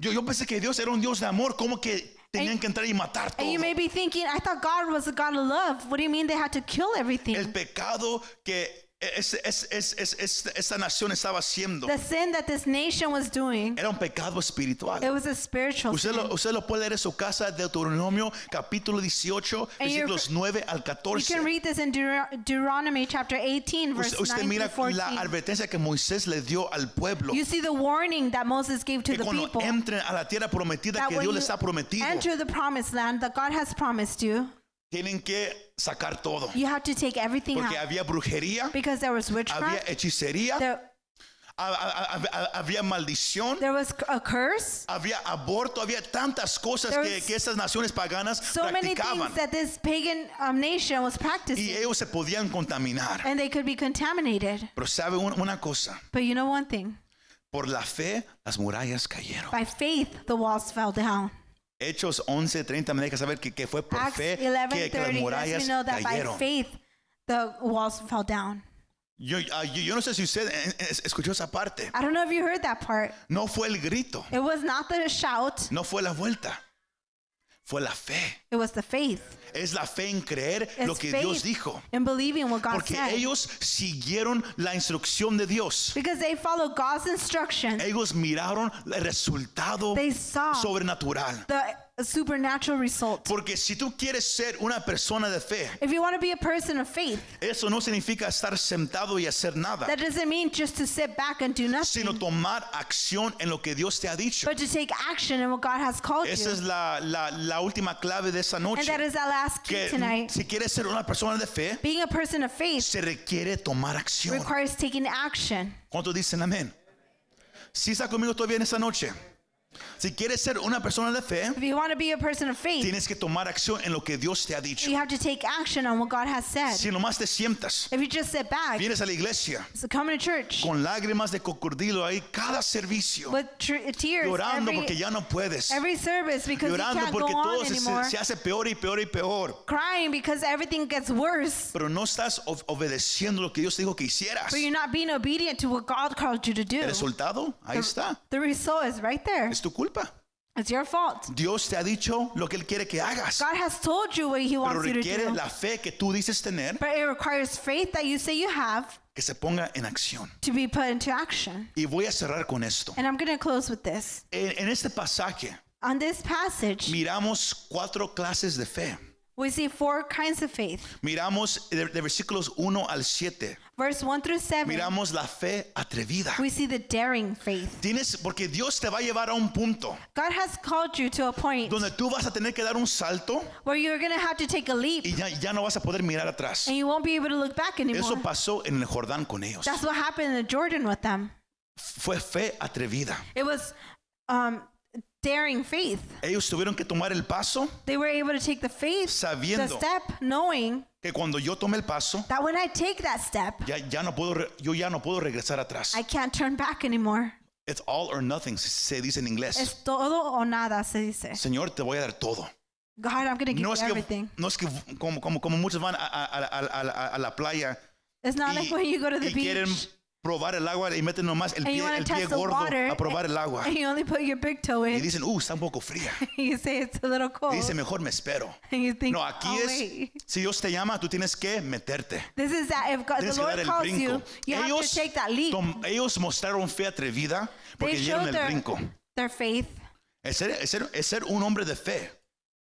S2: yo, yo pensé que Dios era un Dios de amor, ¿cómo que tenían que entrar y matar todo?
S3: And you may be thinking, I thought God was a God of love. What do you mean they had to kill everything?
S2: El pecado que es- es- es- es- es- esta nación estaba haciendo.
S3: The sin that this nation was doing,
S2: Era un pecado
S3: it
S2: espiritual.
S3: was a spiritual
S2: Usted
S3: sin.
S2: lo, usted lo puede leer en su casa, Deuteronomio capítulo 18,
S3: And you're-
S2: versículos 9 al
S3: You
S2: 14.
S3: can read this in Deut- Deuteronomy chapter 18, verse
S2: Usted, usted
S3: 9
S2: mira
S3: through
S2: la
S3: 14.
S2: advertencia que Moisés le dio al pueblo.
S3: You see the warning that Moses gave to
S2: Que
S3: the
S2: cuando
S3: people
S2: entren a la tierra prometida
S3: that
S2: que
S3: when
S2: Dios
S3: you
S2: les ha prometido,
S3: enter the promised land that God has promised you,
S2: tienen que sacar todo.
S3: you have to take everything
S2: Porque
S3: out
S2: había brujería,
S3: because there was
S2: había
S3: witchcraft,
S2: hechicería,
S3: there,
S2: ha- ha- ha- ha- había maldición,
S3: there was a curse,
S2: había aborto, había tantas cosas
S3: There
S2: que,
S3: was
S2: que esas naciones paganas
S3: so many
S2: practicaban
S3: things that this pagan um, nation was
S2: y
S3: practicing,
S2: ellos se podían contaminar.
S3: and they could be contaminated.
S2: Pero sabe un- una cosa,
S3: But you know one thing:
S2: por la fe las murallas cayeron.
S3: by faith, the walls fell down.
S2: Hechos 11:30 me deja saber que, que fue por
S3: Acts
S2: fe que, que las
S3: 11:30 lets
S2: murallas
S3: me know that by
S2: cayeron.
S3: faith, the walls fell down.
S2: Yo, ah, yo, yo no sé si usted eh, eh, escuchó esa parte.
S3: I don't know if you heard that part.
S2: No fue el grito,
S3: It was not the shout;
S2: no fue la vuelta, fue la fe.
S3: it was the faith
S2: Es la fe en creer lo
S3: It's
S2: que
S3: faith.
S2: Dios dijo.
S3: in believing what God
S2: Porque
S3: said.
S2: ellos siguieron la instrucción de Dios.
S3: Because they followed God's instruction,
S2: Ellos miraron el resultado
S3: they saw
S2: sobrenatural.
S3: the supernatural result.
S2: Porque si tú quieres ser una persona de fe,
S3: If you want to be a person of faith,
S2: eso no significa estar sentado y hacer nada,
S3: that doesn't mean just to sit back and do nothing,
S2: Ah. sino tomar acción en lo que Dios te ha dicho.
S3: but to take action in what God has called you.
S2: Esa es la, la- la última clave de esa
S3: And
S2: noche.
S3: that is our last key
S2: Que
S3: tonight.
S2: si quieres ser una persona de fe,
S3: Being a person of faith
S2: se requiere tomar acción.
S3: requires taking action.
S2: ¿Cuántos dicen amén? Si está conmigo todavía en esa noche. Si quieres ser una persona de fe,
S3: If you want to be a person of faith,
S2: tienes que tomar acción en lo que Dios te ha dicho.
S3: you have to take action on what God has said.
S2: Si nomás te sientas,
S3: If you just sit back,
S2: vienes a la iglesia
S3: so come to church
S2: con lágrimas de cocodrilo ahí cada servicio,
S3: with tr- tears
S2: llorando porque
S3: Pues, every,
S2: ya no puedes,
S3: every service because you
S2: llorando
S3: can't go
S2: porque todo
S3: on
S2: se,
S3: anymore,
S2: se hace peor y peor y peor,
S3: crying because everything gets worse.
S2: pero no estás ob- obedeciendo lo que Dios te dijo que hicieras.
S3: But you're not being obedient to what God called you to do.
S2: El resultado, ahí está,
S3: The result is right there.
S2: es tu culpa.
S3: It's your fault.
S2: Dios te ha dicho lo que Él quiere que hagas,
S3: God has told you what He
S2: pero
S3: wants you to
S2: requiere
S3: do.
S2: la fe que tú dices tener
S3: But it requires faith that you say you have
S2: que se ponga en acción.
S3: to be put into action.
S2: Y voy a cerrar con esto.
S3: And I'm going to close with this.
S2: En- en este pasaje
S3: On this passage,
S2: miramos cuatro clases de fe.
S3: we see four kinds of faith.
S2: Miramos de, de versículos 1 al 7.
S3: Verse 1 through 7,
S2: Miramos la fe atrevida.
S3: we see the daring faith.
S2: Tienes porque Dios te va a llevar a un punto
S3: God has called you to a point
S2: donde tú vas a tener que dar un salto
S3: where you're going to have to take a leap
S2: y ya, ya no vas a poder mirar atrás.
S3: and you won't be able to look back anymore.
S2: Eso pasó en el Jordán con ellos.
S3: That's what happened in Jordan with them.
S2: Fue fe atrevida.
S3: It was um, daring faith.
S2: Ellos tuvieron que tomar el paso
S3: They were able to take the faith, the
S2: sabiendo
S3: step, knowing
S2: que cuando yo tome el paso
S3: that when I take that step,
S2: ya, ya no puedo re- yo ya no puedo regresar atrás.
S3: I can't turn back anymore.
S2: It's all or nothing se- se dice en inglés.
S3: Es todo o nada, se dice.
S2: Señor, te voy a dar todo.
S3: God, I'm going to give
S2: No
S3: you
S2: es que,
S3: everything.
S2: no es que como, como, como muchos van a, a- a- a- a- a la playa
S3: It's not like when you go to the
S2: y quieren
S3: beach
S2: probar el agua y meten nomás el
S3: and
S2: pie,
S3: you want
S2: el
S3: to
S2: pie
S3: touch the
S2: gordo
S3: water
S2: a probar el
S3: <laughs>
S2: agua.
S3: and you only put your big toe
S2: Y
S3: <laughs> in.
S2: dicen, uh, está un poco
S3: <laughs>
S2: fría.
S3: You say it's a little
S2: Y
S3: cold.
S2: dice, mejor me espero.
S3: And you think,
S2: No, aquí
S3: oh,
S2: es,
S3: wait.
S2: si Dios te llama, tú tienes que meterte.
S3: This is that if God, the
S2: Tienes que dar
S3: Lord
S2: el
S3: calls you,
S2: brinco.
S3: you have to
S2: Ellos,
S3: take that leap.
S2: tom- ellos mostraron fe atrevida porque
S3: They
S2: dieron
S3: showed
S2: el
S3: their,
S2: brinco.
S3: their faith
S2: Es ser, es ser- es ser un hombre de fe,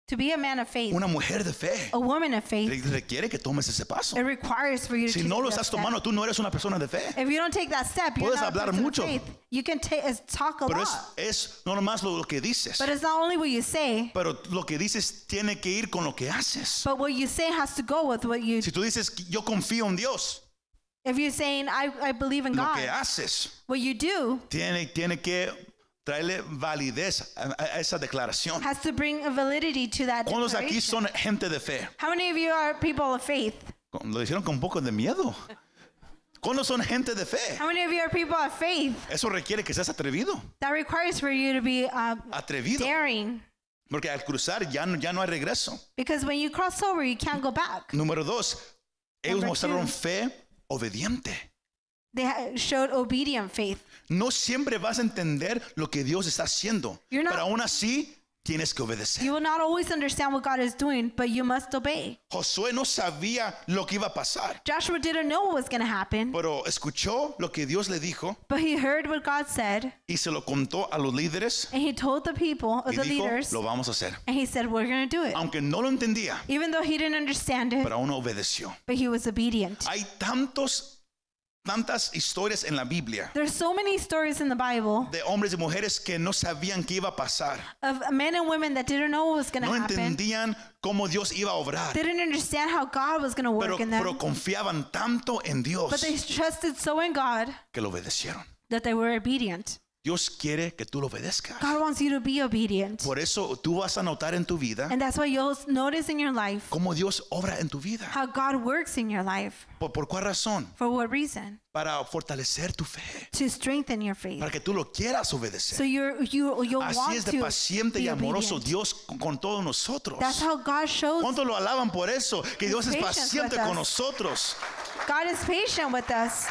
S3: to be a man of faith,
S2: una mujer de fe.
S3: a woman of
S2: re-
S3: faith.
S2: Requiere que tomes ese paso.
S3: It requires for you to
S2: Si
S3: take
S2: no lo
S3: that
S2: estás
S3: step.
S2: tomando, tú no eres una persona de fe.
S3: If you don't take that step, you're
S2: Puedes
S3: not a
S2: hablar
S3: person of
S2: mucho.
S3: faith. You can ta- is talk a
S2: Pero es,
S3: lot,
S2: es no nomás lo, lo que dices.
S3: but it's not only what you say,
S2: Pero lo que dices tiene que ir con lo que haces.
S3: but what you say has to go with what you.
S2: Si tú dices, yo confío en Dios,
S3: If you're saying, "I, I believe in
S2: lo
S3: God,"
S2: que haces
S3: what you do
S2: tiene, tiene que traerle validez a, a esa declaración.
S3: has to bring a validity to that.
S2: ¿Cuántos aquí
S3: declaration.
S2: son gente de fe?
S3: How many of you are people of faith?
S2: Con- Lo hicieron con un poco de miedo. ¿Cuántos son gente de fe?
S3: How many of you are people of faith?
S2: Eso requiere que seas atrevido.
S3: That requires for you to be um,
S2: Atrevido.
S3: daring,
S2: Porque al cruzar ya no, ya no hay regreso.
S3: because when you cross over, you can't go back.
S2: Número dos, ellos
S3: Number
S2: mostraron
S3: two.
S2: fe obediente.
S3: They ha- showed obedient faith.
S2: No siempre vas a entender lo que Dios está haciendo,
S3: You're not-
S2: pero aún así tienes que obedecer.
S3: You will not always understand what God is doing, but you must obey.
S2: Josué no sabía lo que iba a pasar,
S3: Joshua didn't know what was going to happen,
S2: pero escuchó lo que Dios le dijo
S3: but he heard what God said,
S2: y se lo contó a los líderes
S3: and he told the people,
S2: y
S3: the
S2: dijo,
S3: leaders,
S2: lo vamos a hacer.
S3: and he said, We're going to do it.
S2: Aunque no lo entendía,
S3: Even though he didn't understand it,
S2: pero aún obedeció.
S3: but he was obedient.
S2: Hay tantos, tantas historias en la Biblia
S3: There's so many stories in the Bible
S2: de hombres y mujeres que no sabían qué iba a pasar,
S3: of men and women that didn't know what was going to
S2: no
S3: happen.
S2: entendían cómo Dios iba a obrar,
S3: They didn't understand how God was going to
S2: pero,
S3: work in
S2: pero
S3: them,
S2: confiaban tanto en Dios
S3: but they trusted so in God
S2: que lo obedecieron.
S3: that they were obedient.
S2: Dios quiere que tú lo obedezcas.
S3: God wants you to be obedient,
S2: Por eso tú vas a notar en tu vida
S3: and that's why you'll notice in your life
S2: cómo Dios obra en tu vida.
S3: how God works in your life.
S2: ¿Por, por cuál razón?
S3: For what reason?
S2: Para fortalecer tu fe,
S3: To strengthen your faith.
S2: para que tú lo quieras obedecer.
S3: So you're, you, you'll
S2: Así
S3: want
S2: es
S3: to
S2: de paciente y
S3: be
S2: amoroso
S3: obedient.
S2: Dios con, con todos nosotros.
S3: That's how God shows.
S2: ¿Cuántos lo alaban por eso? Que
S3: His
S2: Dios es
S3: patience
S2: paciente
S3: with
S2: con
S3: us.
S2: nosotros.
S3: God is patient with us.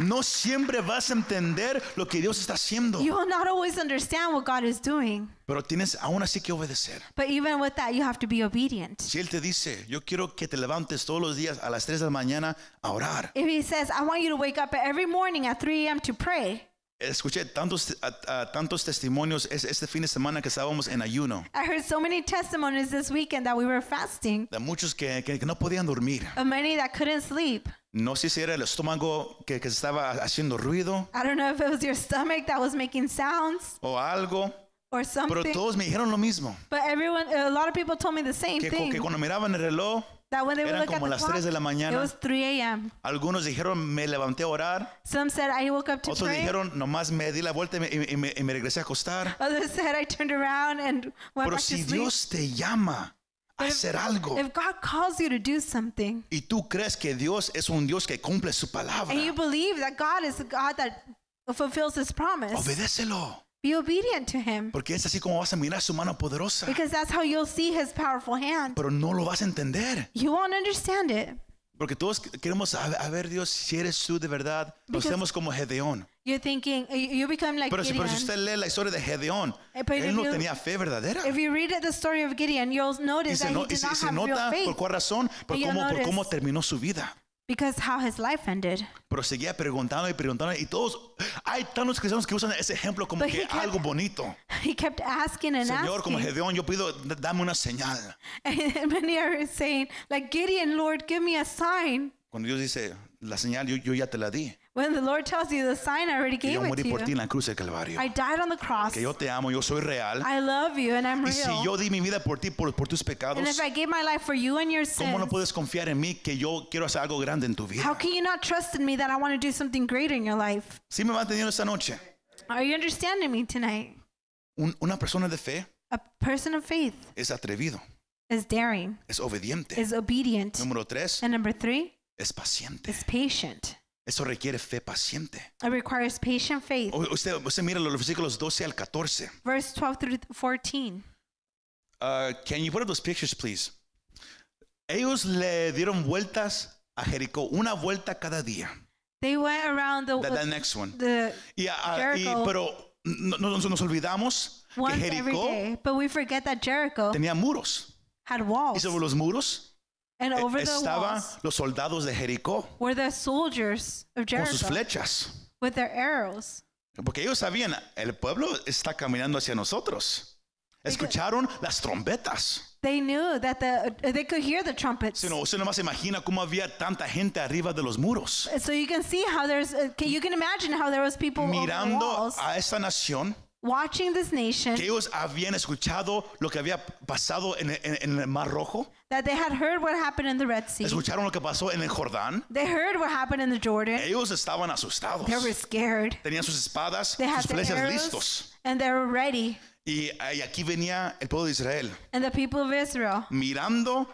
S2: No siempre vas a entender lo que Dios está haciendo,
S3: You will not always understand what God is doing,
S2: pero tienes aún así que obedecer.
S3: but even with that, you have to be obedient.
S2: Si Él te dice, yo quiero que te levantes todos los días a las 3 de la mañana a orar.
S3: If He says, I want you to wake up every morning at 3 a.m. to pray,
S2: Escuché tantos, a- a- tantos testimonios es- este fin de semana que estábamos en ayuno,
S3: I heard so many testimonies this weekend that we were fasting
S2: de muchos que, que- que no podían dormir.
S3: of many that couldn't sleep.
S2: No sé si era el estómago que, que estaba haciendo ruido
S3: I don't know if it was your stomach that was making sounds
S2: o algo,
S3: or
S2: pero
S3: something,
S2: todos me dijeron lo mismo,
S3: but everyone, a lot of people told me the same
S2: que, cu-
S3: thing.
S2: que cuando miraban el reloj,
S3: That when they would
S2: Eran
S3: look
S2: como
S3: at the
S2: las 3 de la
S3: clock,
S2: mañana.
S3: It was 3 a.m.
S2: algunos dijeron me levanté a orar,
S3: Some said I woke up to
S2: otros
S3: pray.
S2: dijeron nomás me di la vuelta y me, y me- y me regresé a acostar.
S3: Others said I turned around and went
S2: Pero
S3: back
S2: si
S3: to sleep.
S2: Dios te llama a hacer algo
S3: If God calls you to do something
S2: y tú crees que Dios es un Dios que cumple su palabra,
S3: and you believe that God is a God that fulfills His promise,
S2: obedécelo.
S3: be obedient to Him
S2: Porque es así como vas a mirar su mano poderosa.
S3: because that's how you'll see His powerful hand.
S2: ah, Pero no lo vas a entender.
S3: You won't understand it.
S2: Porque todos queremos saber, a ver Dios, si eres tú de verdad, nos
S3: Because-
S2: vemos como Gedeón.
S3: You're thinking you you become like
S2: Pero, si- pero
S3: Gideon.
S2: si usted lee la historia de Gedeón,
S3: Eh, pero
S2: él no
S3: yo-
S2: tenía fe verdadera.
S3: If you read the story of Gideon, you'll
S2: Y
S3: notice
S2: se,
S3: that
S2: no-
S3: he
S2: y
S3: did
S2: se- y
S3: not
S2: se
S3: have real
S2: nota por
S3: faith
S2: cuál razón, por
S3: And you'll
S2: cómo, por
S3: notice-
S2: cómo terminó su vida.
S3: because how his life ended. <laughs>
S2: Pero seguía preguntando y preguntando. Y todos, hay tantos cristianos que usan ese ejemplo como
S3: But
S2: que
S3: he kept
S2: algo bonito.
S3: He kept asking and
S2: Señor, como
S3: asking.
S2: Gedeón, yo pido, d- dame una señal.
S3: <laughs> And many are saying, like Gideon, Lord, give me a sign.
S2: Cuando Dios dice, la señal yo, yo ya te la di.
S3: When the Lord tells you the sign, I already
S2: Que yo
S3: gave it
S2: morí
S3: to
S2: por ti
S3: you.
S2: en la cruz del Calvario.
S3: I died on the cross.
S2: que yo te amo, yo soy real.
S3: I love you and I'm
S2: Y si
S3: real.
S2: yo di mi vida por ti, por, por tus pecados,
S3: And if I gave my life for you and your
S2: ¿cómo no
S3: sins,
S2: puedes confiar en mí que yo quiero hacer algo grande en tu
S3: how
S2: vida?
S3: can you not trust in me that I want to do something great in your life?
S2: Si me va teniendo esta noche,
S3: Are you understanding me tonight?
S2: Un- una persona de fe
S3: A person of faith
S2: es atrevido,
S3: is daring,
S2: es obediente.
S3: is obedient.
S2: Número tres,
S3: And number three
S2: es paciente.
S3: is patient.
S2: Eso requiere fe paciente.
S3: It requires patient faith.
S2: O- Usted, usted mira los versículos 12 al 14.
S3: Verse 12 through 14.
S2: Uh, can you put up those pictures, please? Ellos le dieron vueltas a Jericó, una vuelta cada día.
S3: They went around the,
S2: That, that next one.
S3: the
S2: Y, ah, y-
S3: Jericho.
S2: pero no, no- nos olvidamos que
S3: once every
S2: Jericó
S3: day, but we forget that Jericho
S2: tenía muros.
S3: had
S2: Y
S3: walls,
S2: sobre los muros
S3: and
S2: eh,
S3: over the
S2: estaban
S3: walls
S2: los soldados de Jericó
S3: were the soldiers of
S2: con sus
S3: Jericho
S2: flechas.
S3: with their arrows.
S2: Porque ellos sabían, el pueblo está caminando hacia nosotros. Escucharon las trompetas.
S3: They knew that the uh, they could hear the trumpets.
S2: Si no, usted nomás imagina cómo había tanta gente arriba de los muros,
S3: so you can see how there's uh, can, you can imagine how there was people over the
S2: mirando
S3: walls
S2: a esta nación
S3: watching this nation
S2: que ellos habían escuchado lo que había pasado en, en- en el Mar Rojo,
S3: that they had heard what happened in the Red Sea.
S2: escucharon lo que pasó en el Jordán.
S3: They heard what happened in the Jordan.
S2: Ellos estaban asustados.
S3: They were scared.
S2: Tenían sus espadas,
S3: They had
S2: sus
S3: their
S2: flechas
S3: arrows
S2: listos.
S3: and they were ready.
S2: Y, y aquí venía el pueblo de Israel.
S3: And the people of Israel
S2: mirando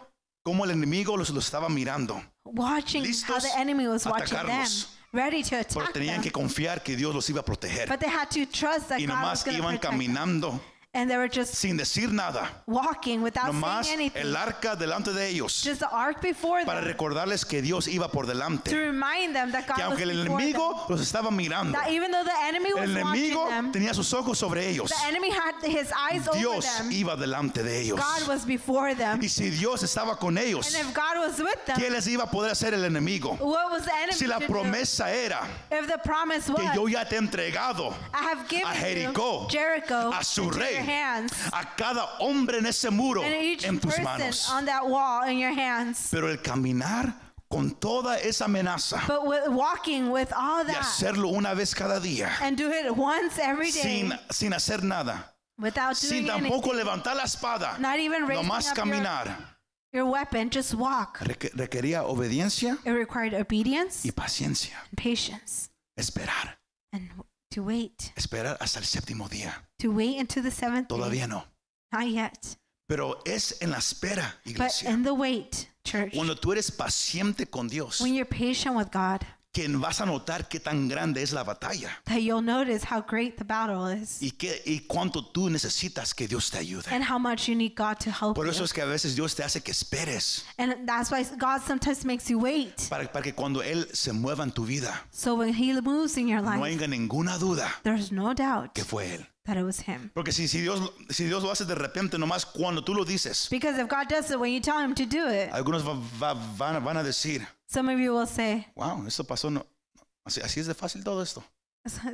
S2: cómo el enemigo los, los estaba mirando.
S3: watching how
S2: Listos
S3: the enemy was
S2: a
S3: watching them,
S2: atacarlos.
S3: ready to
S2: Pero
S3: attack
S2: tenían
S3: them.
S2: que confiar que Dios los iba a proteger.
S3: But they had to trust that
S2: Y
S3: God
S2: nomás
S3: was going to
S2: iban
S3: protect them.
S2: caminando
S3: and they were just
S2: sin decir nada.
S3: walking without
S2: Nomás
S3: saying anything.
S2: el arca delante de ellos
S3: just the ark before
S2: para
S3: them
S2: recordarles que Dios iba por
S3: to
S2: delante.
S3: remind them that God
S2: Que
S3: was
S2: aunque el
S3: before them.
S2: enemigo los estaba mirando,
S3: That even though the enemy was
S2: el
S3: watching
S2: enemigo
S3: them,
S2: tenía sus ojos sobre ellos.
S3: the enemy had his eyes over
S2: Dios
S3: them.
S2: iba delante de ellos.
S3: God was before them.
S2: Y si Dios estaba con ellos,
S3: And if God was with them,
S2: ¿qué les iba a poder hacer el enemigo?
S3: what was the enemy
S2: Si la
S3: to do?
S2: promesa era
S3: If the promise
S2: que
S3: was,
S2: yo ya te he entregado
S3: I have given
S2: a
S3: you
S2: Jericó,
S3: Jericho
S2: a su
S3: into
S2: rey,
S3: your hands
S2: a cada hombre en ese muro
S3: and each
S2: en tus
S3: person
S2: manos.
S3: on that wall in your hands.
S2: Pero el caminar con toda esa amenaza
S3: But with walking with all
S2: y
S3: that
S2: hacerlo una vez cada día,
S3: and do it once every day
S2: sin, sin hacer nada,
S3: without
S2: sin
S3: doing anything,
S2: tampoco levantar la espada,
S3: Not even raising
S2: nomás
S3: up your-
S2: caminar,
S3: your weapon, just walk.
S2: reque- requería obediencia
S3: It required obedience
S2: y paciencia.
S3: and patience
S2: Esperar,
S3: and to wait,
S2: esperar hasta el séptimo día.
S3: to wait into the seventh day.
S2: Todavía no.
S3: Not yet,
S2: Pero es en la espera,
S3: but
S2: iglesia.
S3: in the wait, church.
S2: Cuando tú eres paciente con Dios,
S3: When you're patient with God,
S2: que vas a notar qué tan grande es la batalla
S3: that you'll notice how great the battle is
S2: y, qué, y cuánto tú necesitas que Dios te ayude.
S3: and how much you need God to help
S2: Por eso
S3: you.
S2: es que a veces Dios te hace que esperes
S3: And that's why God sometimes makes you wait.
S2: para, para que cuando Él se mueva en tu vida,
S3: So when He moves in your
S2: no
S3: life,
S2: haya ninguna duda
S3: there's no doubt
S2: que fue Él.
S3: that it was Him.
S2: Porque si, si, Dios, si Dios lo hace de repente, nomás cuando tú lo dices,
S3: Because if God does it when you tell Him to do it,
S2: algunos va- va- van, van a decir,
S3: some of you will say,
S2: wow, esto pasó, no, así, así es de fácil todo esto.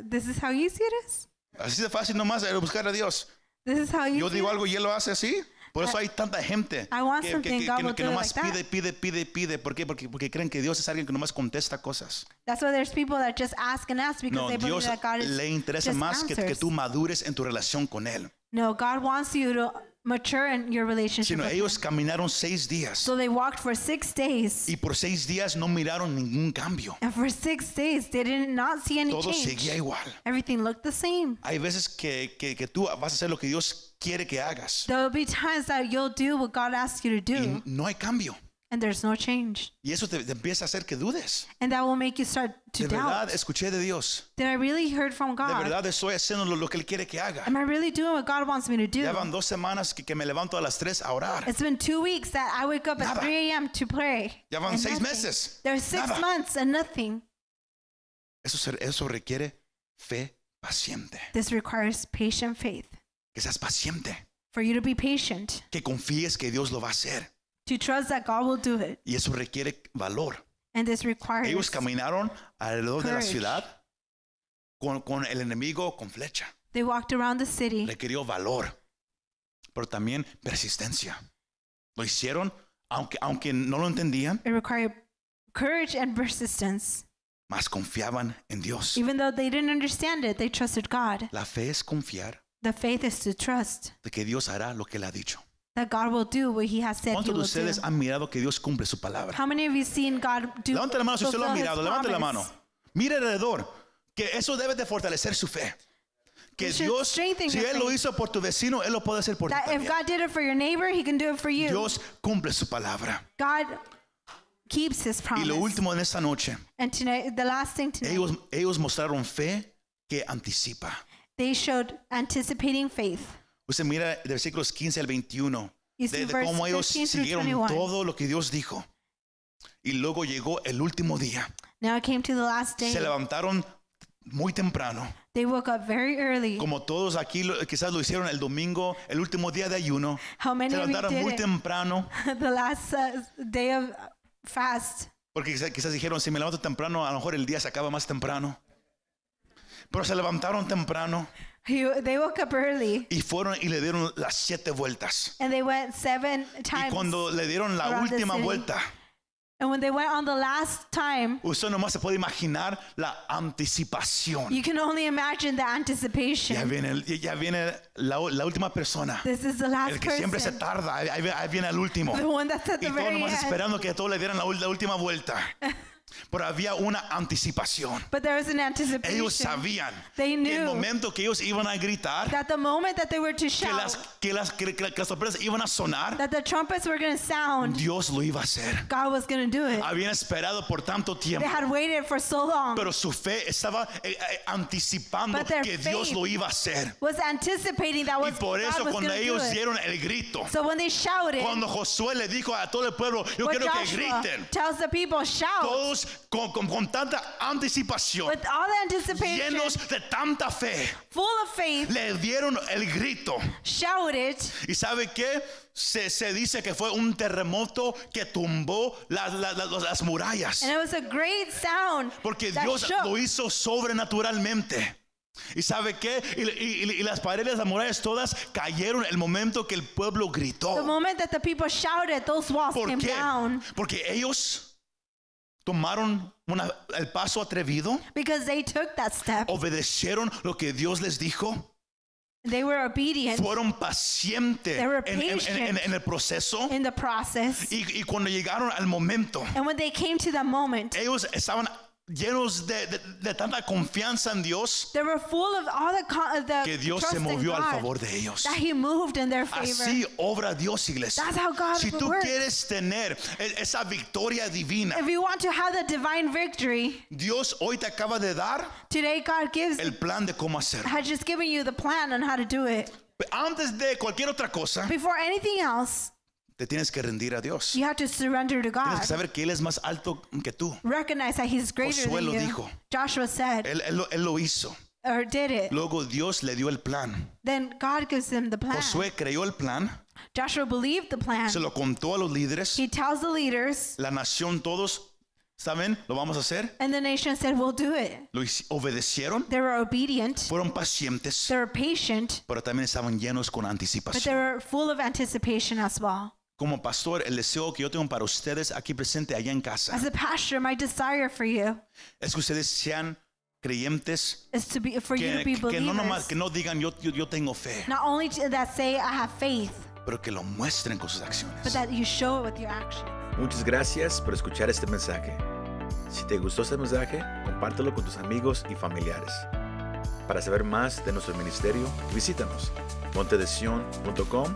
S3: This is how easy it is.
S2: Así de fácil nomás eh, buscar a Dios.
S3: This is how easy
S2: Yo digo
S3: it is.
S2: algo y él lo hace así. Por eso hay tanta gente
S3: I want
S2: que, que, que-
S3: something, God
S2: que-
S3: will
S2: que
S3: do it
S2: nomás
S3: like that.
S2: pide, pide, pide, pide. ¿Por qué? Porque, porque creen que Dios es alguien que nomás contesta cosas.
S3: That's why there's people that just ask and ask because
S2: No,
S3: they believe
S2: Dios
S3: that God is
S2: le interesa
S3: just
S2: más que, que
S3: answers.
S2: tú madures en tu relación con Él.
S3: No, God wants you to mature in your relationship
S2: Sino
S3: with
S2: ellos
S3: Him.
S2: caminaron seis días
S3: So they walked for six days.
S2: y por seis días no miraron ningún cambio.
S3: And for six days, they did not see any
S2: Todo seguía
S3: change.
S2: igual.
S3: Everything looked the same.
S2: Hay veces que, que, que tú vas a hacer lo que Dios quiere que hagas
S3: There will be times that you'll do what God asks you to
S2: y
S3: do,
S2: no hay cambio.
S3: and there's no change.
S2: Y eso te, te empieza a hacer que dudes.
S3: And that will make you start
S2: De
S3: to
S2: verdad,
S3: doubt.
S2: escuché de Dios.
S3: Did I really heard from
S2: De
S3: God?
S2: verdad, estoy haciendo lo, lo que Él quiere que haga.
S3: Am I really doing what God wants me to do?
S2: Ya van dos semanas que, que me levanto a las 3 a orar.
S3: It's been two weeks that I wake up
S2: Nada.
S3: at 3 a.m. to pray.
S2: Ya van
S3: and
S2: seis
S3: nothing.
S2: meses.
S3: There's six
S2: Nada.
S3: months and nothing.
S2: Eso, se- eso requiere fe paciente.
S3: This requires patient faith.
S2: Que seas paciente.
S3: For you to be patient,
S2: Que confíes que Dios lo va a hacer.
S3: to trust that God will do it.
S2: Y eso requiere valor.
S3: And this requires
S2: Ellos caminaron alrededor de la
S3: Courage.
S2: ciudad con, con el enemigo con flecha.
S3: they walked around the city.
S2: Requirió valor. Pero también persistencia. Lo hicieron, aunque, aunque no lo entendían,
S3: It required courage and persistence.
S2: más confiaban en Dios.
S3: Even though they didn't understand it, they trusted God.
S2: La fe es confiar
S3: The faith is to trust
S2: de que Dios hará lo que Él ha dicho.
S3: that God will do what He has said He
S2: ¿Cuántos de
S3: will do.
S2: ustedes han mirado que Dios cumple su palabra?
S3: How many of you seen God do
S2: Levante la mano si usted lo ha
S3: fulfill His
S2: mirado. Levante la mano.
S3: promise?
S2: Mire alrededor. Que eso debe de fortalecer su fe. Que
S3: You should
S2: Dios,
S3: strengthen
S2: si
S3: your
S2: Él lo
S3: faith.
S2: hizo por tu vecino, Él lo puede hacer por ti
S3: That
S2: también.
S3: if God did it for your neighbor, He can do it for you.
S2: Dios cumple su palabra.
S3: God keeps His
S2: Y
S3: promise.
S2: lo último en esta noche,
S3: and tonight, the last thing tonight,
S2: ellos, ellos mostraron fe que anticipa.
S3: they showed anticipating faith.
S2: Usted mira de versículos 15 al 21, de,
S3: You see
S2: de
S3: verse
S2: cómo ellos
S3: 15 through
S2: siguieron
S3: 21.
S2: todo lo que Dios dijo. Y luego llegó el último día.
S3: Now it came to the last day.
S2: Se levantaron muy temprano.
S3: They woke up very early.
S2: como todos aquí lo- quizás lo hicieron el domingo, el último día de ayuno.
S3: How many
S2: Se
S3: of you
S2: levantaron muy
S3: did
S2: temprano,
S3: it? <laughs> the last uh, day of fast?
S2: porque quizás, quizás dijeron, si me levanto temprano, a lo mejor el día se acaba más temprano. Pero se levantaron temprano
S3: You, they woke up early
S2: y fueron y le dieron las siete vueltas.
S3: and they went seven
S2: Y
S3: times.
S2: cuando le dieron la
S3: around the
S2: última
S3: city.
S2: vuelta,
S3: and when they went on the last time,
S2: usted nomás se puede imaginar la anticipación.
S3: you can only imagine the
S2: Ya
S3: anticipation.
S2: viene, el- ya viene la, la última persona,
S3: This is the last
S2: el que siempre se
S3: person.
S2: tarda, ahí, ahí- ahí viene el último.
S3: The one that's at
S2: Y
S3: the
S2: todos
S3: very
S2: nomás
S3: end.
S2: esperando que a todos le dieran la, ul- la última vuelta. Pero había una anticipación.
S3: But there is an
S2: Ellos
S3: anticipation
S2: sabían
S3: They
S2: que el
S3: knew.
S2: momento que ellos iban a gritar,
S3: that the moment that they were to
S2: que las,
S3: shout,
S2: que las, que, que- que las trompetas iban a sonar,
S3: that the trumpets were going to sound,
S2: Dios lo iba a hacer.
S3: God was going to do it.
S2: Habían esperado por tanto
S3: They
S2: tiempo.
S3: had waited for so long,
S2: Pero su fe estaba eh, eh, anticipando
S3: But their
S2: que Dios
S3: faith
S2: lo iba a hacer.
S3: was anticipating that
S2: Y
S3: was,
S2: por eso
S3: God was going
S2: cuando
S3: to do
S2: ellos
S3: it.
S2: dieron el grito,
S3: So when they shouted,
S2: cuando Josué le dijo a todo el pueblo, yo
S3: what
S2: quiero que
S3: Joshua
S2: griten,
S3: tells the people, shout
S2: todos con, con- con tanta anticipación,
S3: with all the anticipation,
S2: llenos de tanta fe,
S3: full of faith,
S2: le dieron el grito.
S3: shouted.
S2: ¿Y sabe qué? Se, se dice que fue un terremoto que tumbó las, las- las- las murallas.
S3: And it was a great sound
S2: Porque
S3: that
S2: Dios
S3: shook.
S2: lo hizo sobrenaturalmente. ¿Y sabe qué? Y, y- y- y las paredes, las murallas todas cayeron el momento que el pueblo
S3: The
S2: gritó.
S3: moment that the people shouted, those walls
S2: ¿Por
S3: came
S2: qué?
S3: down
S2: Porque ellos tomaron una- el paso atrevido,
S3: because they took that
S2: Oh.
S3: step.
S2: obedecieron lo que Dios les dijo,
S3: They were obedient
S2: fueron pacientes
S3: They were
S2: en, en- en- en- en el proceso
S3: in the process.
S2: y, y cuando llegaron al momento,
S3: And when they came to that moment,
S2: ellos estaban llenos de, de- de tanta confianza en Dios
S3: they were full of all the, con- the
S2: que Dios
S3: trust
S2: se
S3: in
S2: movió al
S3: God,
S2: favor de ellos.
S3: that He moved in their favor.
S2: Así obra Dios, iglesia.
S3: That's how God
S2: si tú
S3: works.
S2: quieres tener e- esa victoria divina,
S3: If you want to have the divine victory,
S2: Dios hoy te acaba de dar
S3: today God gives
S2: el plan de cómo hacerlo.
S3: had just given you the plan on how to do it.
S2: Antes de cualquier otra cosa,
S3: Before anything else,
S2: te tienes que rendir a Dios.
S3: you have to surrender to
S2: Tienes
S3: God.
S2: que saber que Él es más alto que tú.
S3: Recognize that He's greater
S2: Josué
S3: than
S2: lo
S3: you.
S2: dijo.
S3: Joshua said,
S2: Él, él lo, él lo hizo.
S3: or did it.
S2: Luego Dios le dio el plan.
S3: Then God gives him the plan. Ah.
S2: Josué creyó el plan,
S3: Joshua believed the plan.
S2: se lo contó a los líderes.
S3: He tells the leaders,
S2: La nación, todos, ¿saben? Lo vamos a hacer.
S3: and the nation said, We'll do it.
S2: Lo hici- obedecieron,
S3: They were obedient,
S2: fueron pacientes,
S3: they were patient,
S2: pero también estaban llenos con
S3: but
S2: anticipación.
S3: they were full of anticipation as well.
S2: Como pastor, el deseo que yo tengo para ustedes aquí presente, allá en casa,
S3: As a pastor, my desire for you
S2: es que ustedes sean creyentes,
S3: is to be for you to
S2: que,
S3: be
S2: que no
S3: believers.
S2: nomás, que no digan yo, yo, yo tengo fe,
S3: Not only to- that say I have faith,
S2: pero que lo muestren con sus acciones.
S3: but that you show it with your actions.
S1: Muchas gracias por escuchar este mensaje. Si te gustó este mensaje, compártelo con tus amigos y familiares. Para saber más de nuestro ministerio, visítanos montedesion.com